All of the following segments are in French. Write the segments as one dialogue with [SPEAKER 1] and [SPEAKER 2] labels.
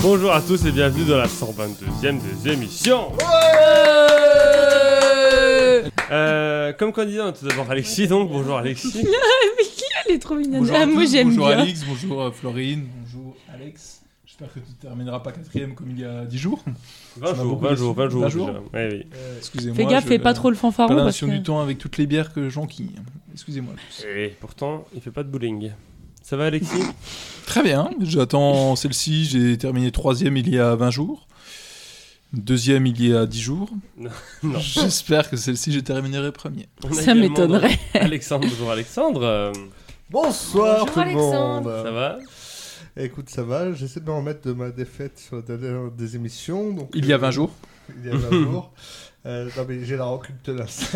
[SPEAKER 1] Bonjour à tous et bienvenue dans la 122e des émissions. Euh, comme candidat, tout d'abord Alexis, donc bonjour Alexis.
[SPEAKER 2] Elle est trop mignonne.
[SPEAKER 3] Bonjour, à
[SPEAKER 2] Ah, moi
[SPEAKER 3] tous,
[SPEAKER 2] j'aime
[SPEAKER 3] bonjour
[SPEAKER 2] bien.
[SPEAKER 3] Alix, bonjour euh, Florine, bonjour Alex. J'espère que tu termineras pas quatrième comme il y a 10 jours.
[SPEAKER 1] 20
[SPEAKER 3] m'a
[SPEAKER 1] jours,
[SPEAKER 3] beaucoup
[SPEAKER 1] 20 jours, 20 jours.
[SPEAKER 3] 20 jours.
[SPEAKER 1] déjà. Ouais, Eh oui.
[SPEAKER 3] Excusez-moi.
[SPEAKER 2] Fais gaffe,
[SPEAKER 3] je-
[SPEAKER 2] fais pas trop le fanfaron parce
[SPEAKER 3] Palation
[SPEAKER 2] que.
[SPEAKER 3] du temps avec toutes les bières que j'enquille. Excusez-moi.
[SPEAKER 1] Et Eh pourtant, il fait pas de bowling. Ça va Alexis
[SPEAKER 3] Très bien, j'attends celle-ci. J'ai terminé troisième il y a 20 jours. Deuxième il y a 10 jours.
[SPEAKER 1] Non.
[SPEAKER 3] J'espère que celle-ci j'ai terminerai premier.
[SPEAKER 1] On a
[SPEAKER 2] Ça
[SPEAKER 1] également
[SPEAKER 2] m'étonnerait.
[SPEAKER 1] donc Alexandre, bonjour Alexandre. euh,
[SPEAKER 4] Bonsoir
[SPEAKER 5] Bonjour,
[SPEAKER 4] tout le monde.
[SPEAKER 5] Alexandre.
[SPEAKER 1] Ça va
[SPEAKER 4] Écoute, ça va. J'essaie de me remettre de ma défaite sur la dernière des émissions. Donc,
[SPEAKER 3] Il y a
[SPEAKER 4] euh,
[SPEAKER 3] 20 jours.
[SPEAKER 4] Il y a 20 jours. Euh, non, mais j'ai la rancune tenace.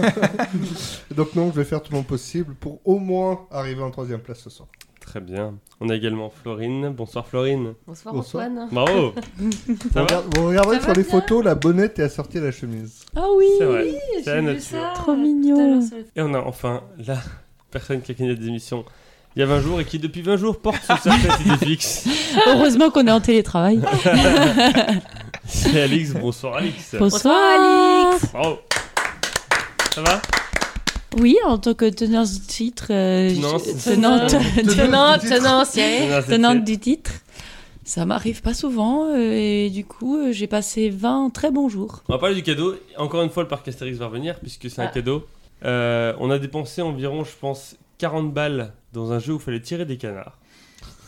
[SPEAKER 4] donc non, je vais faire tout mon possible pour au moins arriver en troisième place ce soir.
[SPEAKER 1] Très bien. On a également Florine. Bonsoir Florine.
[SPEAKER 5] Bonsoir,
[SPEAKER 4] Bonsoir.
[SPEAKER 5] Antoine.
[SPEAKER 1] Bravo Ça
[SPEAKER 4] vous,
[SPEAKER 1] va
[SPEAKER 4] regardez- vous regarderez
[SPEAKER 5] Ça
[SPEAKER 4] sur
[SPEAKER 5] va
[SPEAKER 4] les
[SPEAKER 5] bien
[SPEAKER 4] photos, la bonnette est assortie à la chemise.
[SPEAKER 2] Ah oui
[SPEAKER 1] C'est vrai. C'est la
[SPEAKER 5] J'ai vu
[SPEAKER 1] nature.
[SPEAKER 5] ça. euh,
[SPEAKER 2] Trop
[SPEAKER 5] tout à
[SPEAKER 2] mignon.
[SPEAKER 5] l'heure sur le-
[SPEAKER 1] Et on a enfin la personne qui a gagné des émissions il y a 20 jours et qui depuis 20 jours porte sur sa tête idée fixe.
[SPEAKER 2] Heureusement qu'on est en télétravail.
[SPEAKER 1] C'est Alix, bonsoir Alix.
[SPEAKER 2] Bonsoir
[SPEAKER 5] Bonsoir,
[SPEAKER 2] Alix
[SPEAKER 1] Bravo. Ça va
[SPEAKER 2] Oui, en tant que tenante du titre. euh, je-
[SPEAKER 1] Tenance.
[SPEAKER 2] tenante.
[SPEAKER 5] Tenant, tenant, c'est
[SPEAKER 1] Non, Ah, c'est-
[SPEAKER 2] Eh, tenante du titre. Ça m'arrive pas souvent euh, et du coup euh, j'ai passé 20 très bons jours.
[SPEAKER 1] On va parler du cadeau. Encore une fois, le parc Astérix va revenir puisque c'est un
[SPEAKER 5] Ah.
[SPEAKER 1] cadeau. Euh, on a dépensé environ, je pense, 40 balles dans un jeu où il fallait tirer des canards.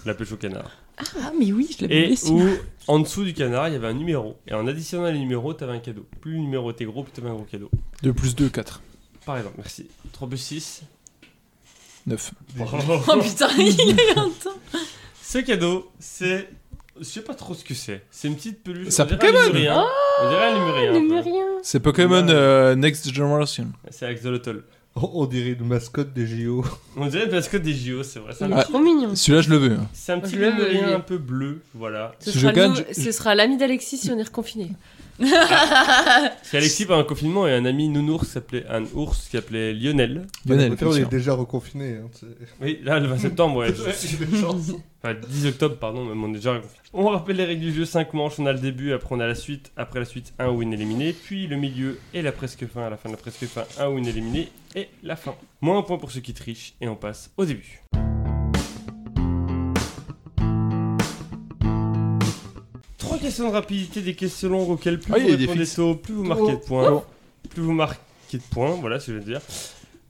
[SPEAKER 1] La pêche au canard.
[SPEAKER 2] Ah mais oui, je l'avais
[SPEAKER 1] Et
[SPEAKER 2] laissé.
[SPEAKER 1] où, en dessous du canard, il y avait un numéro. Et en additionnant les numéros, t'avais un cadeau. Plus le numéro était gros, plus t'avais un gros cadeau.
[SPEAKER 3] De plus 2, 4,
[SPEAKER 1] Par exemple, merci. 3 plus 6.
[SPEAKER 3] 9.
[SPEAKER 5] Oh putain, il est en temps.
[SPEAKER 1] Ce cadeau, c'est. Je sais pas trop ce que c'est. C'est une petite peluche.
[SPEAKER 3] C'est
[SPEAKER 1] On
[SPEAKER 3] un
[SPEAKER 1] dirait
[SPEAKER 3] Pokémon
[SPEAKER 1] lémurien.
[SPEAKER 2] Ah,
[SPEAKER 1] On dirait un lémurien, un peu.
[SPEAKER 5] Lémurien.
[SPEAKER 3] C'est Pokémon euh, Next Generation.
[SPEAKER 1] C'est Axolotl.
[SPEAKER 4] Oh, on dirait une mascotte des JO.
[SPEAKER 1] On dirait parce que des JO, c'est vrai. C'est
[SPEAKER 5] Il
[SPEAKER 1] un,
[SPEAKER 5] est
[SPEAKER 3] Ah.
[SPEAKER 5] trop mignon.
[SPEAKER 3] Celui-là, je le veux. hein.
[SPEAKER 1] c'est un petit
[SPEAKER 5] Je le veux,
[SPEAKER 1] lémurien
[SPEAKER 5] lui.
[SPEAKER 1] un peu bleu. Voilà.
[SPEAKER 5] Ce
[SPEAKER 3] Si je
[SPEAKER 5] sera, le
[SPEAKER 3] gagne,
[SPEAKER 5] nou-
[SPEAKER 3] je-
[SPEAKER 5] ce sera l'ami d'Alexis si on est reconfiné.
[SPEAKER 1] C'est Alexis pendant le confinement et un ami nounours qui s'appelait un ours qui s'appelait Lionel.
[SPEAKER 3] Lionel,
[SPEAKER 4] on est
[SPEAKER 3] attention.
[SPEAKER 4] déjà reconfiné. hein, c'est-
[SPEAKER 1] Oui, là le 20 septembre, ouais.
[SPEAKER 4] c'est une chance.
[SPEAKER 1] Enfin, 10 octobre, pardon, même on est déjà reconfiné. On rappelle les règles du jeu 5 manches, on a le début, après on a la suite, après la suite, un win éliminé, puis le milieu et la presque fin, à la fin de la presque fin, un win éliminé et la fin. Moins un point pour ceux qui trichent et on passe au début. Trois questions de rapidité, des questions longues auxquelles plus
[SPEAKER 3] Ah, il y
[SPEAKER 1] vous
[SPEAKER 3] a des
[SPEAKER 1] répondez
[SPEAKER 3] fixes. Oh.
[SPEAKER 1] tôt, plus vous marquez de points. Plus vous marquez de points, voilà ce que je veux dire.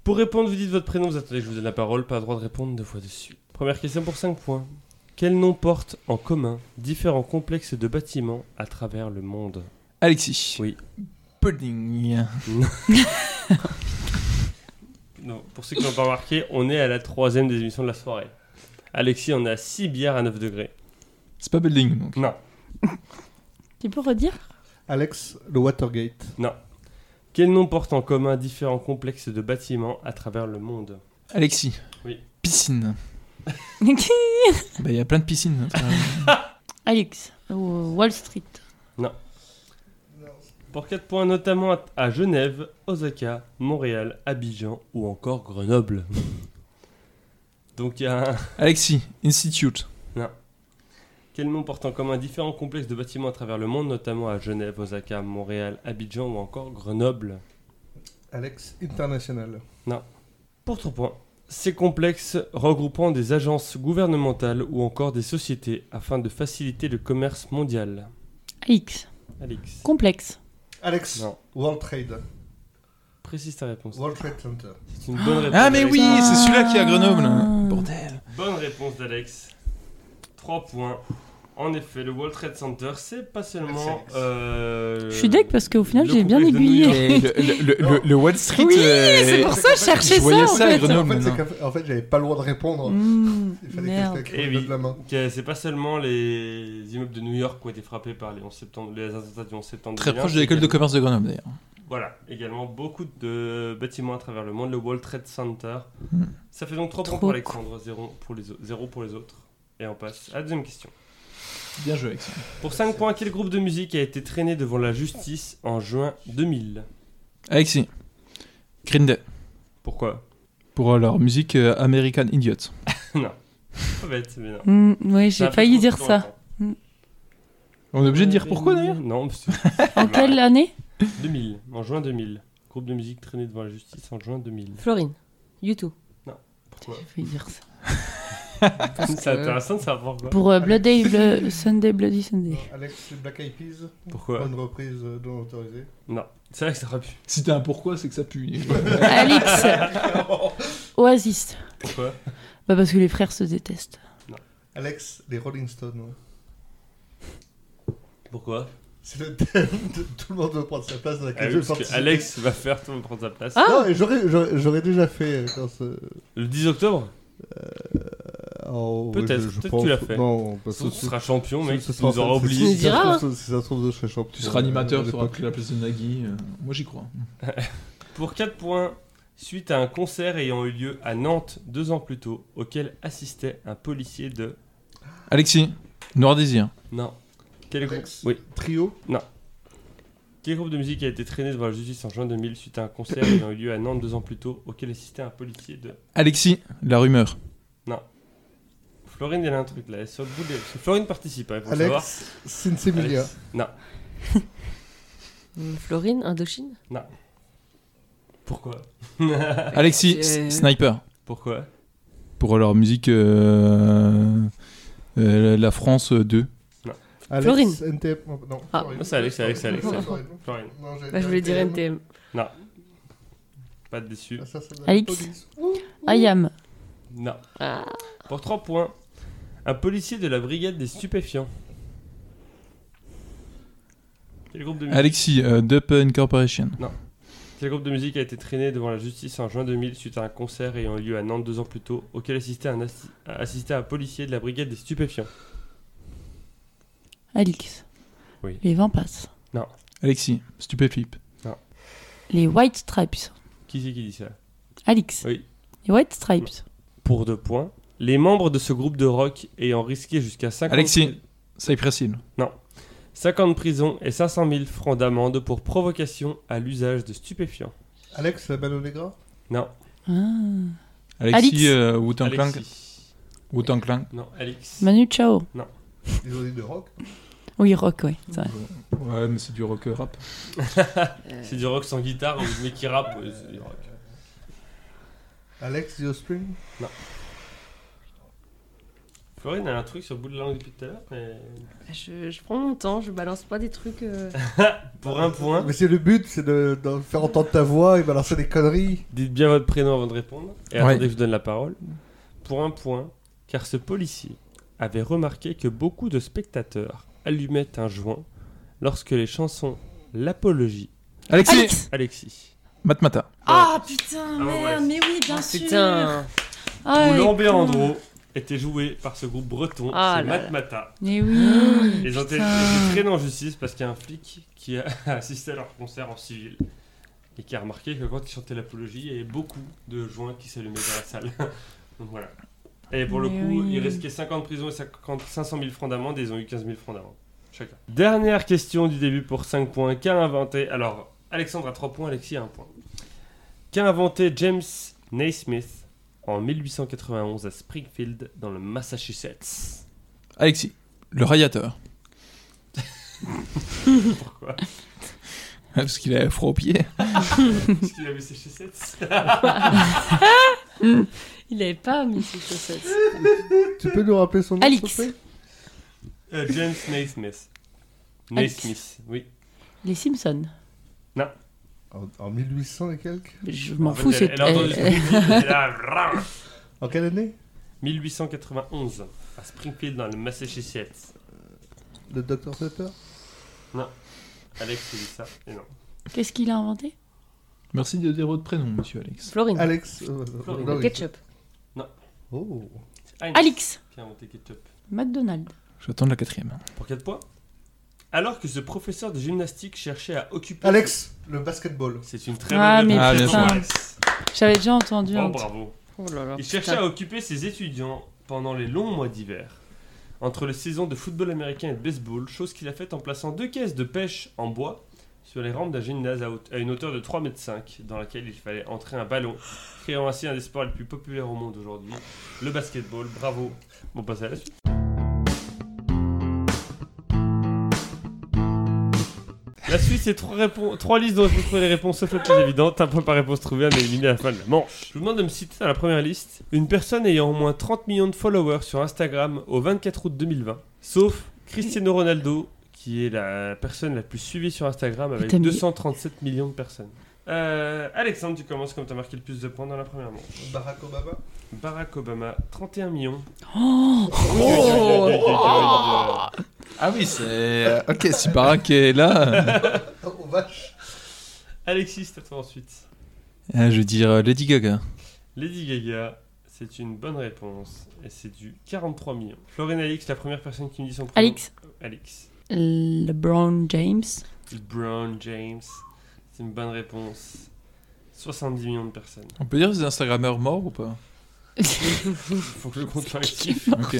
[SPEAKER 1] Pour répondre, vous dites votre prénom, vous attendez que je vous donne la parole, pas le droit de répondre deux fois dessus. Première question pour 5 points. Quel nom porte en commun différents complexes de bâtiments à travers le monde
[SPEAKER 3] Alexis.
[SPEAKER 1] Oui.
[SPEAKER 3] Pudding.
[SPEAKER 1] Non, Pour ceux qui n'ont pas remarqué, on est à la troisième des émissions de la soirée. Alexis, on a 6 bières à 9 degrés.
[SPEAKER 3] C'est pas Building, donc.
[SPEAKER 1] Non.
[SPEAKER 2] Tu peux redire
[SPEAKER 4] Alex, le Watergate.
[SPEAKER 1] Quel nom porte en commun différents complexes de bâtiments à travers le monde
[SPEAKER 3] Alexis.
[SPEAKER 1] Oui.
[SPEAKER 3] Piscine. Bah, il y a plein de piscines. à travers-
[SPEAKER 2] Alix, au Wall Street.
[SPEAKER 1] Pour 4 points, notamment à- à Genève, Osaka, Montréal, Abidjan ou encore Grenoble. Donc il y a un...
[SPEAKER 3] Alexis. Institute.
[SPEAKER 1] Quel nom porte en commun différents complexes de bâtiments à travers le monde, notamment à Genève, Osaka, Montréal, Abidjan ou encore Grenoble
[SPEAKER 4] Alex, International.
[SPEAKER 1] Pour 3 points, ces complexes regroupant des agences gouvernementales ou encore des sociétés afin de faciliter le commerce mondial.
[SPEAKER 2] Alix,
[SPEAKER 1] Alix.
[SPEAKER 2] complexe.
[SPEAKER 4] Alex,
[SPEAKER 1] Non.
[SPEAKER 4] World Trade.
[SPEAKER 1] Précise ta réponse.
[SPEAKER 4] World Trade Center.
[SPEAKER 1] C'est une bonne réponse.
[SPEAKER 3] Ah, mais
[SPEAKER 1] d'Alex.
[SPEAKER 3] oui,
[SPEAKER 2] Ah.
[SPEAKER 3] c'est celui-là qui est à Grenoble. Bordel.
[SPEAKER 1] Bonne réponse d'Alex. 3 points. En effet, le World Trade Center, c'est pas
[SPEAKER 4] Merci,
[SPEAKER 1] seulement.
[SPEAKER 4] Alex.
[SPEAKER 1] euh,
[SPEAKER 2] Je suis deg parce qu'au final
[SPEAKER 1] le
[SPEAKER 2] j'ai bien
[SPEAKER 1] complexe de New
[SPEAKER 2] aiguillé.
[SPEAKER 1] York.
[SPEAKER 3] Et le, le- le- le Wall Street.
[SPEAKER 2] Oh. Oui,
[SPEAKER 3] euh,
[SPEAKER 2] Ah, C'est pour ça que je cherchais
[SPEAKER 3] je
[SPEAKER 2] ça,
[SPEAKER 3] voyais ça,
[SPEAKER 2] en fait.
[SPEAKER 3] à Grenoble.
[SPEAKER 4] en fait, c'est
[SPEAKER 3] maintenant.
[SPEAKER 4] qu'en- en fait, j'avais pas le droit de répondre.
[SPEAKER 2] Mmh,
[SPEAKER 4] Il fallait
[SPEAKER 2] merde.
[SPEAKER 4] que je
[SPEAKER 1] Eh
[SPEAKER 4] le
[SPEAKER 1] oui.
[SPEAKER 4] de la main.
[SPEAKER 1] Que C'est pas seulement les immeubles de New York qui ont été frappés par les, 11 septembre, les attentats du 11 septembre.
[SPEAKER 3] Très
[SPEAKER 1] 2001,
[SPEAKER 3] proche de l'école de
[SPEAKER 1] également-
[SPEAKER 3] commerce de Grenoble, d'ailleurs.
[SPEAKER 1] Voilà, également beaucoup de bâtiments à travers le monde, le World Trade Center.
[SPEAKER 3] Hmm.
[SPEAKER 1] Ça fait donc 3 points
[SPEAKER 2] Trop
[SPEAKER 1] pour Alexandre, 0 pour, les, au- zéro pour les autres. Et on passe à la deuxième question.
[SPEAKER 3] Bien joué, Alexis.
[SPEAKER 1] Pour 5 points, quel groupe de musique a été traîné devant la justice en juin 2000
[SPEAKER 3] Alexis. Green Day.
[SPEAKER 1] Pourquoi
[SPEAKER 3] Pour euh, leur musique euh, American Idiot.
[SPEAKER 1] Pas bête, mais non.
[SPEAKER 2] Mmh, ouais,
[SPEAKER 1] Ça a
[SPEAKER 2] j'ai
[SPEAKER 1] fait
[SPEAKER 2] failli
[SPEAKER 1] trop
[SPEAKER 2] dire
[SPEAKER 1] longtemps.
[SPEAKER 2] ça. Mm.
[SPEAKER 3] On est obligé de dire pourquoi d'ailleurs
[SPEAKER 1] Non, parce que-
[SPEAKER 2] En quelle année
[SPEAKER 1] 2000, en juin 2000. Groupe de musique traîné devant la justice en juin 2000.
[SPEAKER 5] Florine, YouTube.
[SPEAKER 1] Pourquoi
[SPEAKER 2] Je vais dire ça.
[SPEAKER 1] C'est intéressant de savoir quoi.
[SPEAKER 2] Pour euh, Bloody Blo- Sunday, Bloody Sunday.
[SPEAKER 4] Alex, les Black Eyed Peas,
[SPEAKER 1] Pourquoi
[SPEAKER 4] une reprise euh, non autorisée.
[SPEAKER 1] Non, c'est vrai que ça aurait pu.
[SPEAKER 3] Si t'as un pourquoi, c'est que ça pue.
[SPEAKER 2] Alix, Oasis.
[SPEAKER 1] Pourquoi
[SPEAKER 2] Bah parce que les frères se détestent.
[SPEAKER 4] Alex, les Rolling Stones. ouais.
[SPEAKER 1] Pourquoi
[SPEAKER 4] C'est le thème de tout le monde veut prendre sa place dans laquelle
[SPEAKER 1] Ah oui,
[SPEAKER 4] je vais
[SPEAKER 1] parce que
[SPEAKER 4] participer.
[SPEAKER 1] Alex va faire tout prendre sa place.
[SPEAKER 5] Ah
[SPEAKER 4] Non, et j'aurais- j'aurais j'aurais déjà fait euh, quand ce-
[SPEAKER 1] Le 10 octobre
[SPEAKER 4] Oh, oui,
[SPEAKER 1] Peut-être,
[SPEAKER 4] je- je
[SPEAKER 1] peut-être
[SPEAKER 4] pense-
[SPEAKER 1] tu l'as fait.
[SPEAKER 4] Non, parce
[SPEAKER 1] Tu
[SPEAKER 4] que
[SPEAKER 1] seras champion, mec.
[SPEAKER 4] ce
[SPEAKER 1] Tu
[SPEAKER 4] sera-
[SPEAKER 1] nous auras
[SPEAKER 4] ce-
[SPEAKER 5] Tu nous
[SPEAKER 1] oublié.
[SPEAKER 4] Si ça
[SPEAKER 5] diras.
[SPEAKER 4] se trouve, si ça se trouve, je serai champion.
[SPEAKER 3] Tu seras animateur,
[SPEAKER 4] Euh,
[SPEAKER 3] tu auras pris la place de Nagui. euh, moi j'y crois.
[SPEAKER 1] Pour 4 points, suite à un concert ayant eu lieu à Nantes deux ans plus tôt, auquel assistait un policier de.
[SPEAKER 3] Alexis, Noir Désir.
[SPEAKER 1] Non. Quel groupe
[SPEAKER 4] Alex.
[SPEAKER 1] Oui.
[SPEAKER 4] Trio
[SPEAKER 1] Quel groupe de musique a été traîné devant la justice en juin 2000 suite à un concert ayant eu lieu à Nantes deux ans plus tôt, auquel assistait un policier de.
[SPEAKER 3] Alexis, La Rumeur.
[SPEAKER 1] Florine, elle a un truc là, elle est sur le bout des- parce que Florine participe, hein, faut le savoir.
[SPEAKER 4] Alex, Sinsemilia.
[SPEAKER 1] Alex. Non.
[SPEAKER 5] Mm, Florine, Indochine.
[SPEAKER 1] Pourquoi
[SPEAKER 3] Alexis, euh,
[SPEAKER 2] c'est-
[SPEAKER 3] S- Sniper.
[SPEAKER 1] Pourquoi
[SPEAKER 3] Pour leur musique euh, euh, La France 2.
[SPEAKER 4] Alex,
[SPEAKER 5] Florine.
[SPEAKER 4] NTM. Non, non,
[SPEAKER 5] Ah.
[SPEAKER 4] Florine.
[SPEAKER 1] Non, c'est Alex, c'est Alex, c'est Alex,
[SPEAKER 4] Non,
[SPEAKER 1] c'est
[SPEAKER 4] Florine.
[SPEAKER 1] Florine,
[SPEAKER 4] Non, j'ai
[SPEAKER 5] Bah, je voulais dire NTM.
[SPEAKER 1] pas de déçu.
[SPEAKER 4] Ah, ça, ça doit être
[SPEAKER 2] Alex.
[SPEAKER 4] police. Ouh.
[SPEAKER 2] Ayam.
[SPEAKER 1] Non.
[SPEAKER 5] Ah.
[SPEAKER 1] Pour 3 points, un policier de la brigade des stupéfiants. Quel groupe de musique,
[SPEAKER 3] Alexis, euh, Dup Incorporation.
[SPEAKER 1] quel groupe de musique a été traîné devant la justice en juin 2000 suite à un concert ayant eu lieu à Nantes deux ans plus tôt, auquel assistait un, assi- a- assistait un policier de la brigade des stupéfiants
[SPEAKER 2] Alix.
[SPEAKER 1] Oui.
[SPEAKER 2] Les 20 passes.
[SPEAKER 3] Alexis, Stupéflip.
[SPEAKER 2] Les White Stripes.
[SPEAKER 1] Qui c'est qui dit ça
[SPEAKER 2] Alix.
[SPEAKER 1] Oui.
[SPEAKER 2] Les White Stripes.
[SPEAKER 1] Pour 2 points, les membres de ce groupe de rock ayant risqué jusqu'à 50
[SPEAKER 3] Alexis, Cypress Hill.
[SPEAKER 1] 5 ans de prison et 500 000 francs d'amende pour provocation à l'usage de stupéfiants.
[SPEAKER 4] Alex, la Mano Negra
[SPEAKER 1] Non,
[SPEAKER 2] Ah. Alix.
[SPEAKER 3] Alexis, euh, Wu-Tang Clan.
[SPEAKER 1] Alexis.
[SPEAKER 3] Wu-Tang Clan.
[SPEAKER 1] Non, Alex.
[SPEAKER 2] Manu Chao.
[SPEAKER 4] Ils ont dit de rock.
[SPEAKER 2] Oui, rock, oui. c'est vrai.
[SPEAKER 3] Ouais, mais c'est du rock rap.
[SPEAKER 1] C'est du rock sans guitare, mais qui rappe, ouais, c'est du rock.
[SPEAKER 4] Alex, The Offspring
[SPEAKER 1] Florine elle a un truc sur le bout de la langue depuis tout à l'heure, mais...
[SPEAKER 5] Bah, Je, je prends mon temps, je balance pas des trucs. euh,
[SPEAKER 1] Pour un point,
[SPEAKER 4] Mais c'est le but, c'est de, de faire entendre ta voix et balancer des conneries.
[SPEAKER 1] dites bien votre prénom avant de répondre, et
[SPEAKER 3] Ouais.
[SPEAKER 1] attendez que je vous donne la parole. Pour un point, car ce policier avait remarqué que beaucoup de spectateurs allumaient un joint lorsque les chansons L'Apologie,
[SPEAKER 5] Ah,
[SPEAKER 3] Alexis,
[SPEAKER 2] Alix.
[SPEAKER 1] Alexis,
[SPEAKER 3] Matmata.
[SPEAKER 2] Ah putain,
[SPEAKER 1] Ah, ouais.
[SPEAKER 2] merde, mais oui, bien sûr.
[SPEAKER 5] Putain.
[SPEAKER 2] Ah,
[SPEAKER 1] ou
[SPEAKER 2] ouais,
[SPEAKER 1] Lambert-Andro,
[SPEAKER 2] putain.
[SPEAKER 1] était joué par ce groupe breton,
[SPEAKER 5] Ah
[SPEAKER 1] c'est
[SPEAKER 5] là là.
[SPEAKER 1] Matmata.
[SPEAKER 2] Mais oui.
[SPEAKER 1] Ils ont été
[SPEAKER 2] putain.
[SPEAKER 1] traînés en justice parce qu'il y a un flic qui a assisté à leur concert en civil et qui a remarqué que quand ils chantaient l'apologie, il y avait beaucoup de joints qui s'allumaient dans la salle. Donc voilà. Et pour le
[SPEAKER 2] Mais
[SPEAKER 1] coup,
[SPEAKER 2] oui.
[SPEAKER 1] ils risquaient 50 prisons et 50 500 000 francs d'amende et ils ont eu 15 000 francs d'amende. Chacun. Dernière question du début pour 5 points. Qu'a inventé. Alors, Alexandre a 3 points, Alexis a 1 point. Qu'a inventé James Naismith en 1891 à Springfield, dans le Massachusetts
[SPEAKER 3] Alexis, le radiateur.
[SPEAKER 1] Pourquoi
[SPEAKER 3] Parce qu'il a froid aux pieds.
[SPEAKER 1] Parce qu'il avait ses chaussettes
[SPEAKER 5] Il avait pas mis ses chaussettes.
[SPEAKER 4] Tu peux nous rappeler son nom
[SPEAKER 2] Alix.
[SPEAKER 4] s'il te plaît
[SPEAKER 1] Euh, James Naismith.
[SPEAKER 2] Alex.
[SPEAKER 1] Naismith, oui.
[SPEAKER 2] Les Simpsons.
[SPEAKER 4] en, en 1800 et quelques
[SPEAKER 2] Je m'en
[SPEAKER 1] En fait,
[SPEAKER 2] fous,
[SPEAKER 1] Ah, elle-
[SPEAKER 2] c'est.
[SPEAKER 1] Elle a entendu ce
[SPEAKER 2] elle-
[SPEAKER 1] qu'on dit, elle a- Vrrr
[SPEAKER 4] En quelle année
[SPEAKER 1] 1891, à Springfield, dans le Massachusetts.
[SPEAKER 4] Le Dr Sutter
[SPEAKER 1] Alex il dit ça, et non.
[SPEAKER 2] Qu'est-ce qu'il a inventé
[SPEAKER 3] Merci de dire votre prénom, monsieur Alex.
[SPEAKER 5] Florine,
[SPEAKER 4] Alex euh,
[SPEAKER 1] Florine.
[SPEAKER 4] non,
[SPEAKER 5] le
[SPEAKER 4] oui.
[SPEAKER 5] ketchup.
[SPEAKER 4] Oh.
[SPEAKER 1] C'est Heinz
[SPEAKER 2] Alix.
[SPEAKER 1] qui a inventé ketchup.
[SPEAKER 2] McDonald's.
[SPEAKER 3] J'attends la quatrième.
[SPEAKER 1] Pour 4 points. Alors que ce professeur de gymnastique cherchait à occuper...
[SPEAKER 4] Alex, le basketball.
[SPEAKER 1] C'est une très
[SPEAKER 2] Ah,
[SPEAKER 1] bonne
[SPEAKER 2] mais
[SPEAKER 1] réponse.
[SPEAKER 3] putain.
[SPEAKER 1] Alex.
[SPEAKER 2] J'avais déjà entendu
[SPEAKER 1] Oh,
[SPEAKER 2] un.
[SPEAKER 1] bravo.
[SPEAKER 5] Oh là là.
[SPEAKER 1] Il cherchait à occuper ses étudiants pendant les longs mois d'hiver. Entre les saisons de football américain et de baseball, chose qu'il a faite en plaçant deux caisses de pêche en bois sur les rampes d'un gymnase à, haute- à une hauteur de 3,5 m, dans laquelle il fallait entrer un ballon, créant ainsi un des sports les plus populaires au monde aujourd'hui, le basketball. Bravo. On passe à la suite. La suite, c'est trois, répons- trois listes dont il faut trouver les réponses sauf la plus évidente. Un point par réponse trouvée, un éliminé à la fin de la manche. Je vous demande de me citer dans la première liste une personne ayant au moins 30 millions de followers sur Instagram au 24 août 2020, sauf Cristiano Ronaldo, qui est la personne la plus suivie sur Instagram avec
[SPEAKER 2] Putain, mais-
[SPEAKER 1] 237 millions de personnes. Euh, Alexandre, tu commences comme tu as marqué le plus de points dans la première manche.
[SPEAKER 4] Barack Obama
[SPEAKER 1] Barack Obama, 31 millions.
[SPEAKER 2] Oh,
[SPEAKER 3] Ah oui, c'est. Ok, si Barack est là. euh,
[SPEAKER 4] Oh vache
[SPEAKER 1] Alexis, c'est à toi ensuite.
[SPEAKER 3] ah, je veux dire euh, Lady Gaga.
[SPEAKER 1] Lady Gaga, c'est une bonne réponse. Et c'est du 43 millions. Florian Alix, la première personne qui me dit son prénom.
[SPEAKER 5] Alix.
[SPEAKER 1] Alix.
[SPEAKER 2] LeBron James.
[SPEAKER 1] Brown James, c'est une bonne réponse. 70 millions de personnes.
[SPEAKER 3] On peut dire des Instagrammeurs morts ou pas
[SPEAKER 1] Faut que je compte par
[SPEAKER 2] Qui
[SPEAKER 1] équipe.
[SPEAKER 2] est mort
[SPEAKER 3] Ok.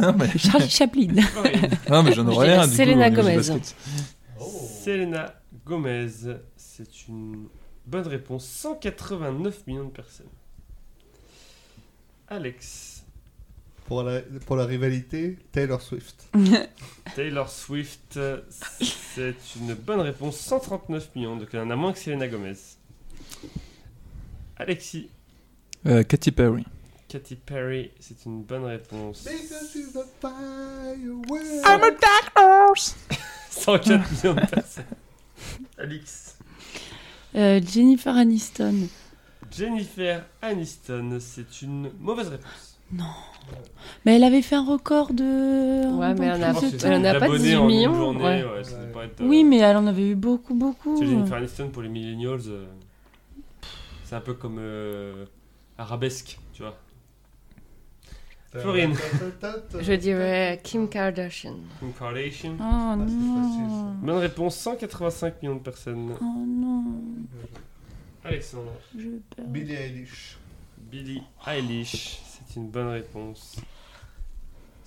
[SPEAKER 3] non, mais,
[SPEAKER 2] Charlie Chaplin.
[SPEAKER 1] Florian.
[SPEAKER 3] non, mais j'en
[SPEAKER 5] Je
[SPEAKER 3] aurais
[SPEAKER 5] dirais
[SPEAKER 3] un. Du
[SPEAKER 5] Selena
[SPEAKER 3] coup, euh, au niveau du
[SPEAKER 5] Gomez.
[SPEAKER 3] basket.
[SPEAKER 1] Selena Gomez, c'est une bonne réponse. 189 millions de personnes. Alex,
[SPEAKER 4] pour la, pour la rivalité, Taylor Swift.
[SPEAKER 1] Taylor Swift, c'est une bonne réponse. 139 millions, donc il y en a moins que Selena Gomez. Alexis,
[SPEAKER 3] Euh, Katy Perry.
[SPEAKER 1] Katy Perry, c'est une bonne réponse.
[SPEAKER 4] Because she's a firework.
[SPEAKER 1] 104 millions de personnes. Alix.
[SPEAKER 2] Euh, Jennifer Aniston.
[SPEAKER 1] Jennifer Aniston, c'est une mauvaise réponse.
[SPEAKER 2] Mais elle avait fait un record de.
[SPEAKER 5] Ouais, mais elle en
[SPEAKER 1] Je
[SPEAKER 5] a,
[SPEAKER 1] pense
[SPEAKER 5] fait-
[SPEAKER 1] que c'est
[SPEAKER 5] Ah, elle en a
[SPEAKER 1] des
[SPEAKER 5] pas
[SPEAKER 1] abonnés
[SPEAKER 5] 18
[SPEAKER 1] en une
[SPEAKER 5] millions.
[SPEAKER 1] journée,
[SPEAKER 5] ouais.
[SPEAKER 1] ouais, ça doit pas être, euh,
[SPEAKER 2] Oui, mais elle en avait eu beaucoup, beaucoup.
[SPEAKER 1] tu sais, Jennifer Aniston pour les millennials, euh, c'est un peu comme euh, arabesque, tu vois. Florine.
[SPEAKER 5] Je dirais Kim Kardashian.
[SPEAKER 1] Kim Kardashian.
[SPEAKER 2] Oh
[SPEAKER 4] c'est
[SPEAKER 2] non.
[SPEAKER 4] facile,
[SPEAKER 1] Bonne réponse, 185 millions de personnes.
[SPEAKER 2] Oh non.
[SPEAKER 1] Alexandre.
[SPEAKER 2] Je perds.
[SPEAKER 4] Billie Eilish.
[SPEAKER 1] Billie Eilish, c'est une bonne réponse.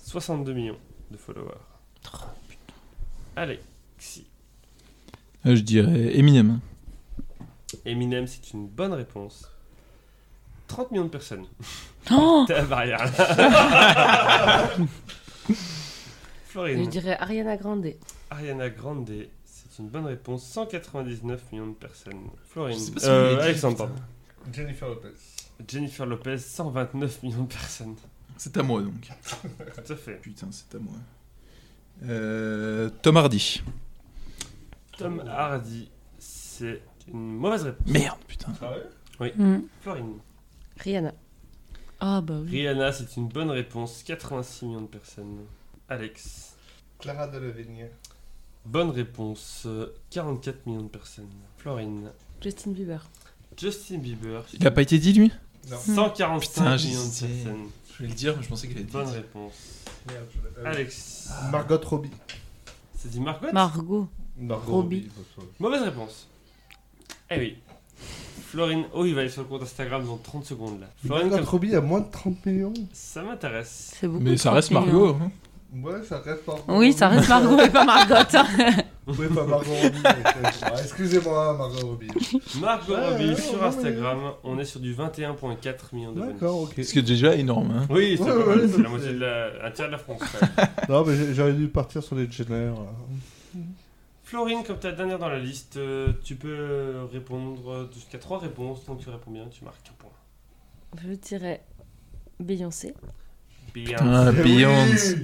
[SPEAKER 1] 62 millions de followers. Alexis.
[SPEAKER 3] Euh, je dirais Eminem.
[SPEAKER 1] Eminem, c'est une bonne réponse. 30 millions de personnes.
[SPEAKER 2] Oh
[SPEAKER 1] T'es à la barrière.
[SPEAKER 5] Je
[SPEAKER 1] Florine.
[SPEAKER 5] dirais Ariana Grande.
[SPEAKER 1] Ariana Grande, c'est une bonne réponse. 199 millions de personnes.
[SPEAKER 3] Je
[SPEAKER 1] Florine.
[SPEAKER 3] sais pas si
[SPEAKER 1] Euh,
[SPEAKER 3] on l'a dit,
[SPEAKER 1] Alexandre.
[SPEAKER 3] putain.
[SPEAKER 1] pardon.
[SPEAKER 4] Jennifer Lopez.
[SPEAKER 1] Jennifer Lopez, 129 millions de personnes.
[SPEAKER 3] C'est à moi donc.
[SPEAKER 1] Tout à fait.
[SPEAKER 3] Putain, c'est à moi. Euh, Tom Hardy.
[SPEAKER 1] Tom Hardy, c'est une mauvaise réponse.
[SPEAKER 3] Merde, putain.
[SPEAKER 1] Ah
[SPEAKER 2] Hmm.
[SPEAKER 1] Florine.
[SPEAKER 5] Rihanna.
[SPEAKER 2] Ah bah oui.
[SPEAKER 1] Rihanna, c'est une bonne réponse. 86 millions de personnes. Alex.
[SPEAKER 4] Clara Delevingne.
[SPEAKER 1] Bonne réponse. euh, 44 millions de personnes. Florine.
[SPEAKER 5] Justin Bieber.
[SPEAKER 1] Justin Bieber.
[SPEAKER 3] Il a pas été dit lui
[SPEAKER 4] Non,
[SPEAKER 1] 145
[SPEAKER 3] Putain, j'ai
[SPEAKER 1] millions de
[SPEAKER 3] hésité.
[SPEAKER 1] personnes.
[SPEAKER 3] Je voulais le dire, mais je pensais qu'il allait
[SPEAKER 1] Bonne réponse.
[SPEAKER 4] merde, je l'ai- euh,
[SPEAKER 1] Alex.
[SPEAKER 4] Margot Robbie.
[SPEAKER 1] C'est dit Margot
[SPEAKER 2] Margot.
[SPEAKER 4] Margot
[SPEAKER 2] Robbie.
[SPEAKER 4] faut se-
[SPEAKER 1] Mauvaise réponse. Eh oui. Florine. Oh, il va aller sur le compte Instagram dans 30 secondes là. Florine,
[SPEAKER 4] Margot
[SPEAKER 1] comme-
[SPEAKER 4] Robbie a moins de 30 millions.
[SPEAKER 1] ça m'intéresse.
[SPEAKER 2] C'est beaucoup.
[SPEAKER 3] Mais ça reste
[SPEAKER 2] trente
[SPEAKER 3] Margot.
[SPEAKER 2] millions.
[SPEAKER 3] hein.
[SPEAKER 4] Ouais, ça reste Margot
[SPEAKER 2] Oui, ça reste Margot et pas Margot.
[SPEAKER 4] Oui, pas Margot Robbie. mais- Ah, Excusez-moi, Margot Robbie.
[SPEAKER 1] Margot
[SPEAKER 4] Ouais,
[SPEAKER 1] Robbie
[SPEAKER 4] ouais,
[SPEAKER 1] sur
[SPEAKER 4] ouais,
[SPEAKER 1] Instagram. On est sur du 21,4 millions d'abonnés.
[SPEAKER 4] D'accord, ok.
[SPEAKER 3] Ce qui est déjà énorme. hein.
[SPEAKER 1] Oui, c'est
[SPEAKER 4] Ouais,
[SPEAKER 1] pas
[SPEAKER 4] ouais,
[SPEAKER 1] mal,
[SPEAKER 4] ouais,
[SPEAKER 1] c'est la
[SPEAKER 4] c'est-
[SPEAKER 1] moitié de la... un tiers de la France. quand même.
[SPEAKER 4] Non, mais j'ai- j'aurais dû partir sur les Jenner. là.
[SPEAKER 1] Florine, comme t'es la dernière dans la liste, euh, tu peux répondre euh, jusqu'à 3 réponses. Tant que tu réponds bien, tu marques un point.
[SPEAKER 5] Je dirais Beyoncé.
[SPEAKER 1] Bien.
[SPEAKER 3] Putain,
[SPEAKER 4] Eh oui
[SPEAKER 3] Beyoncé.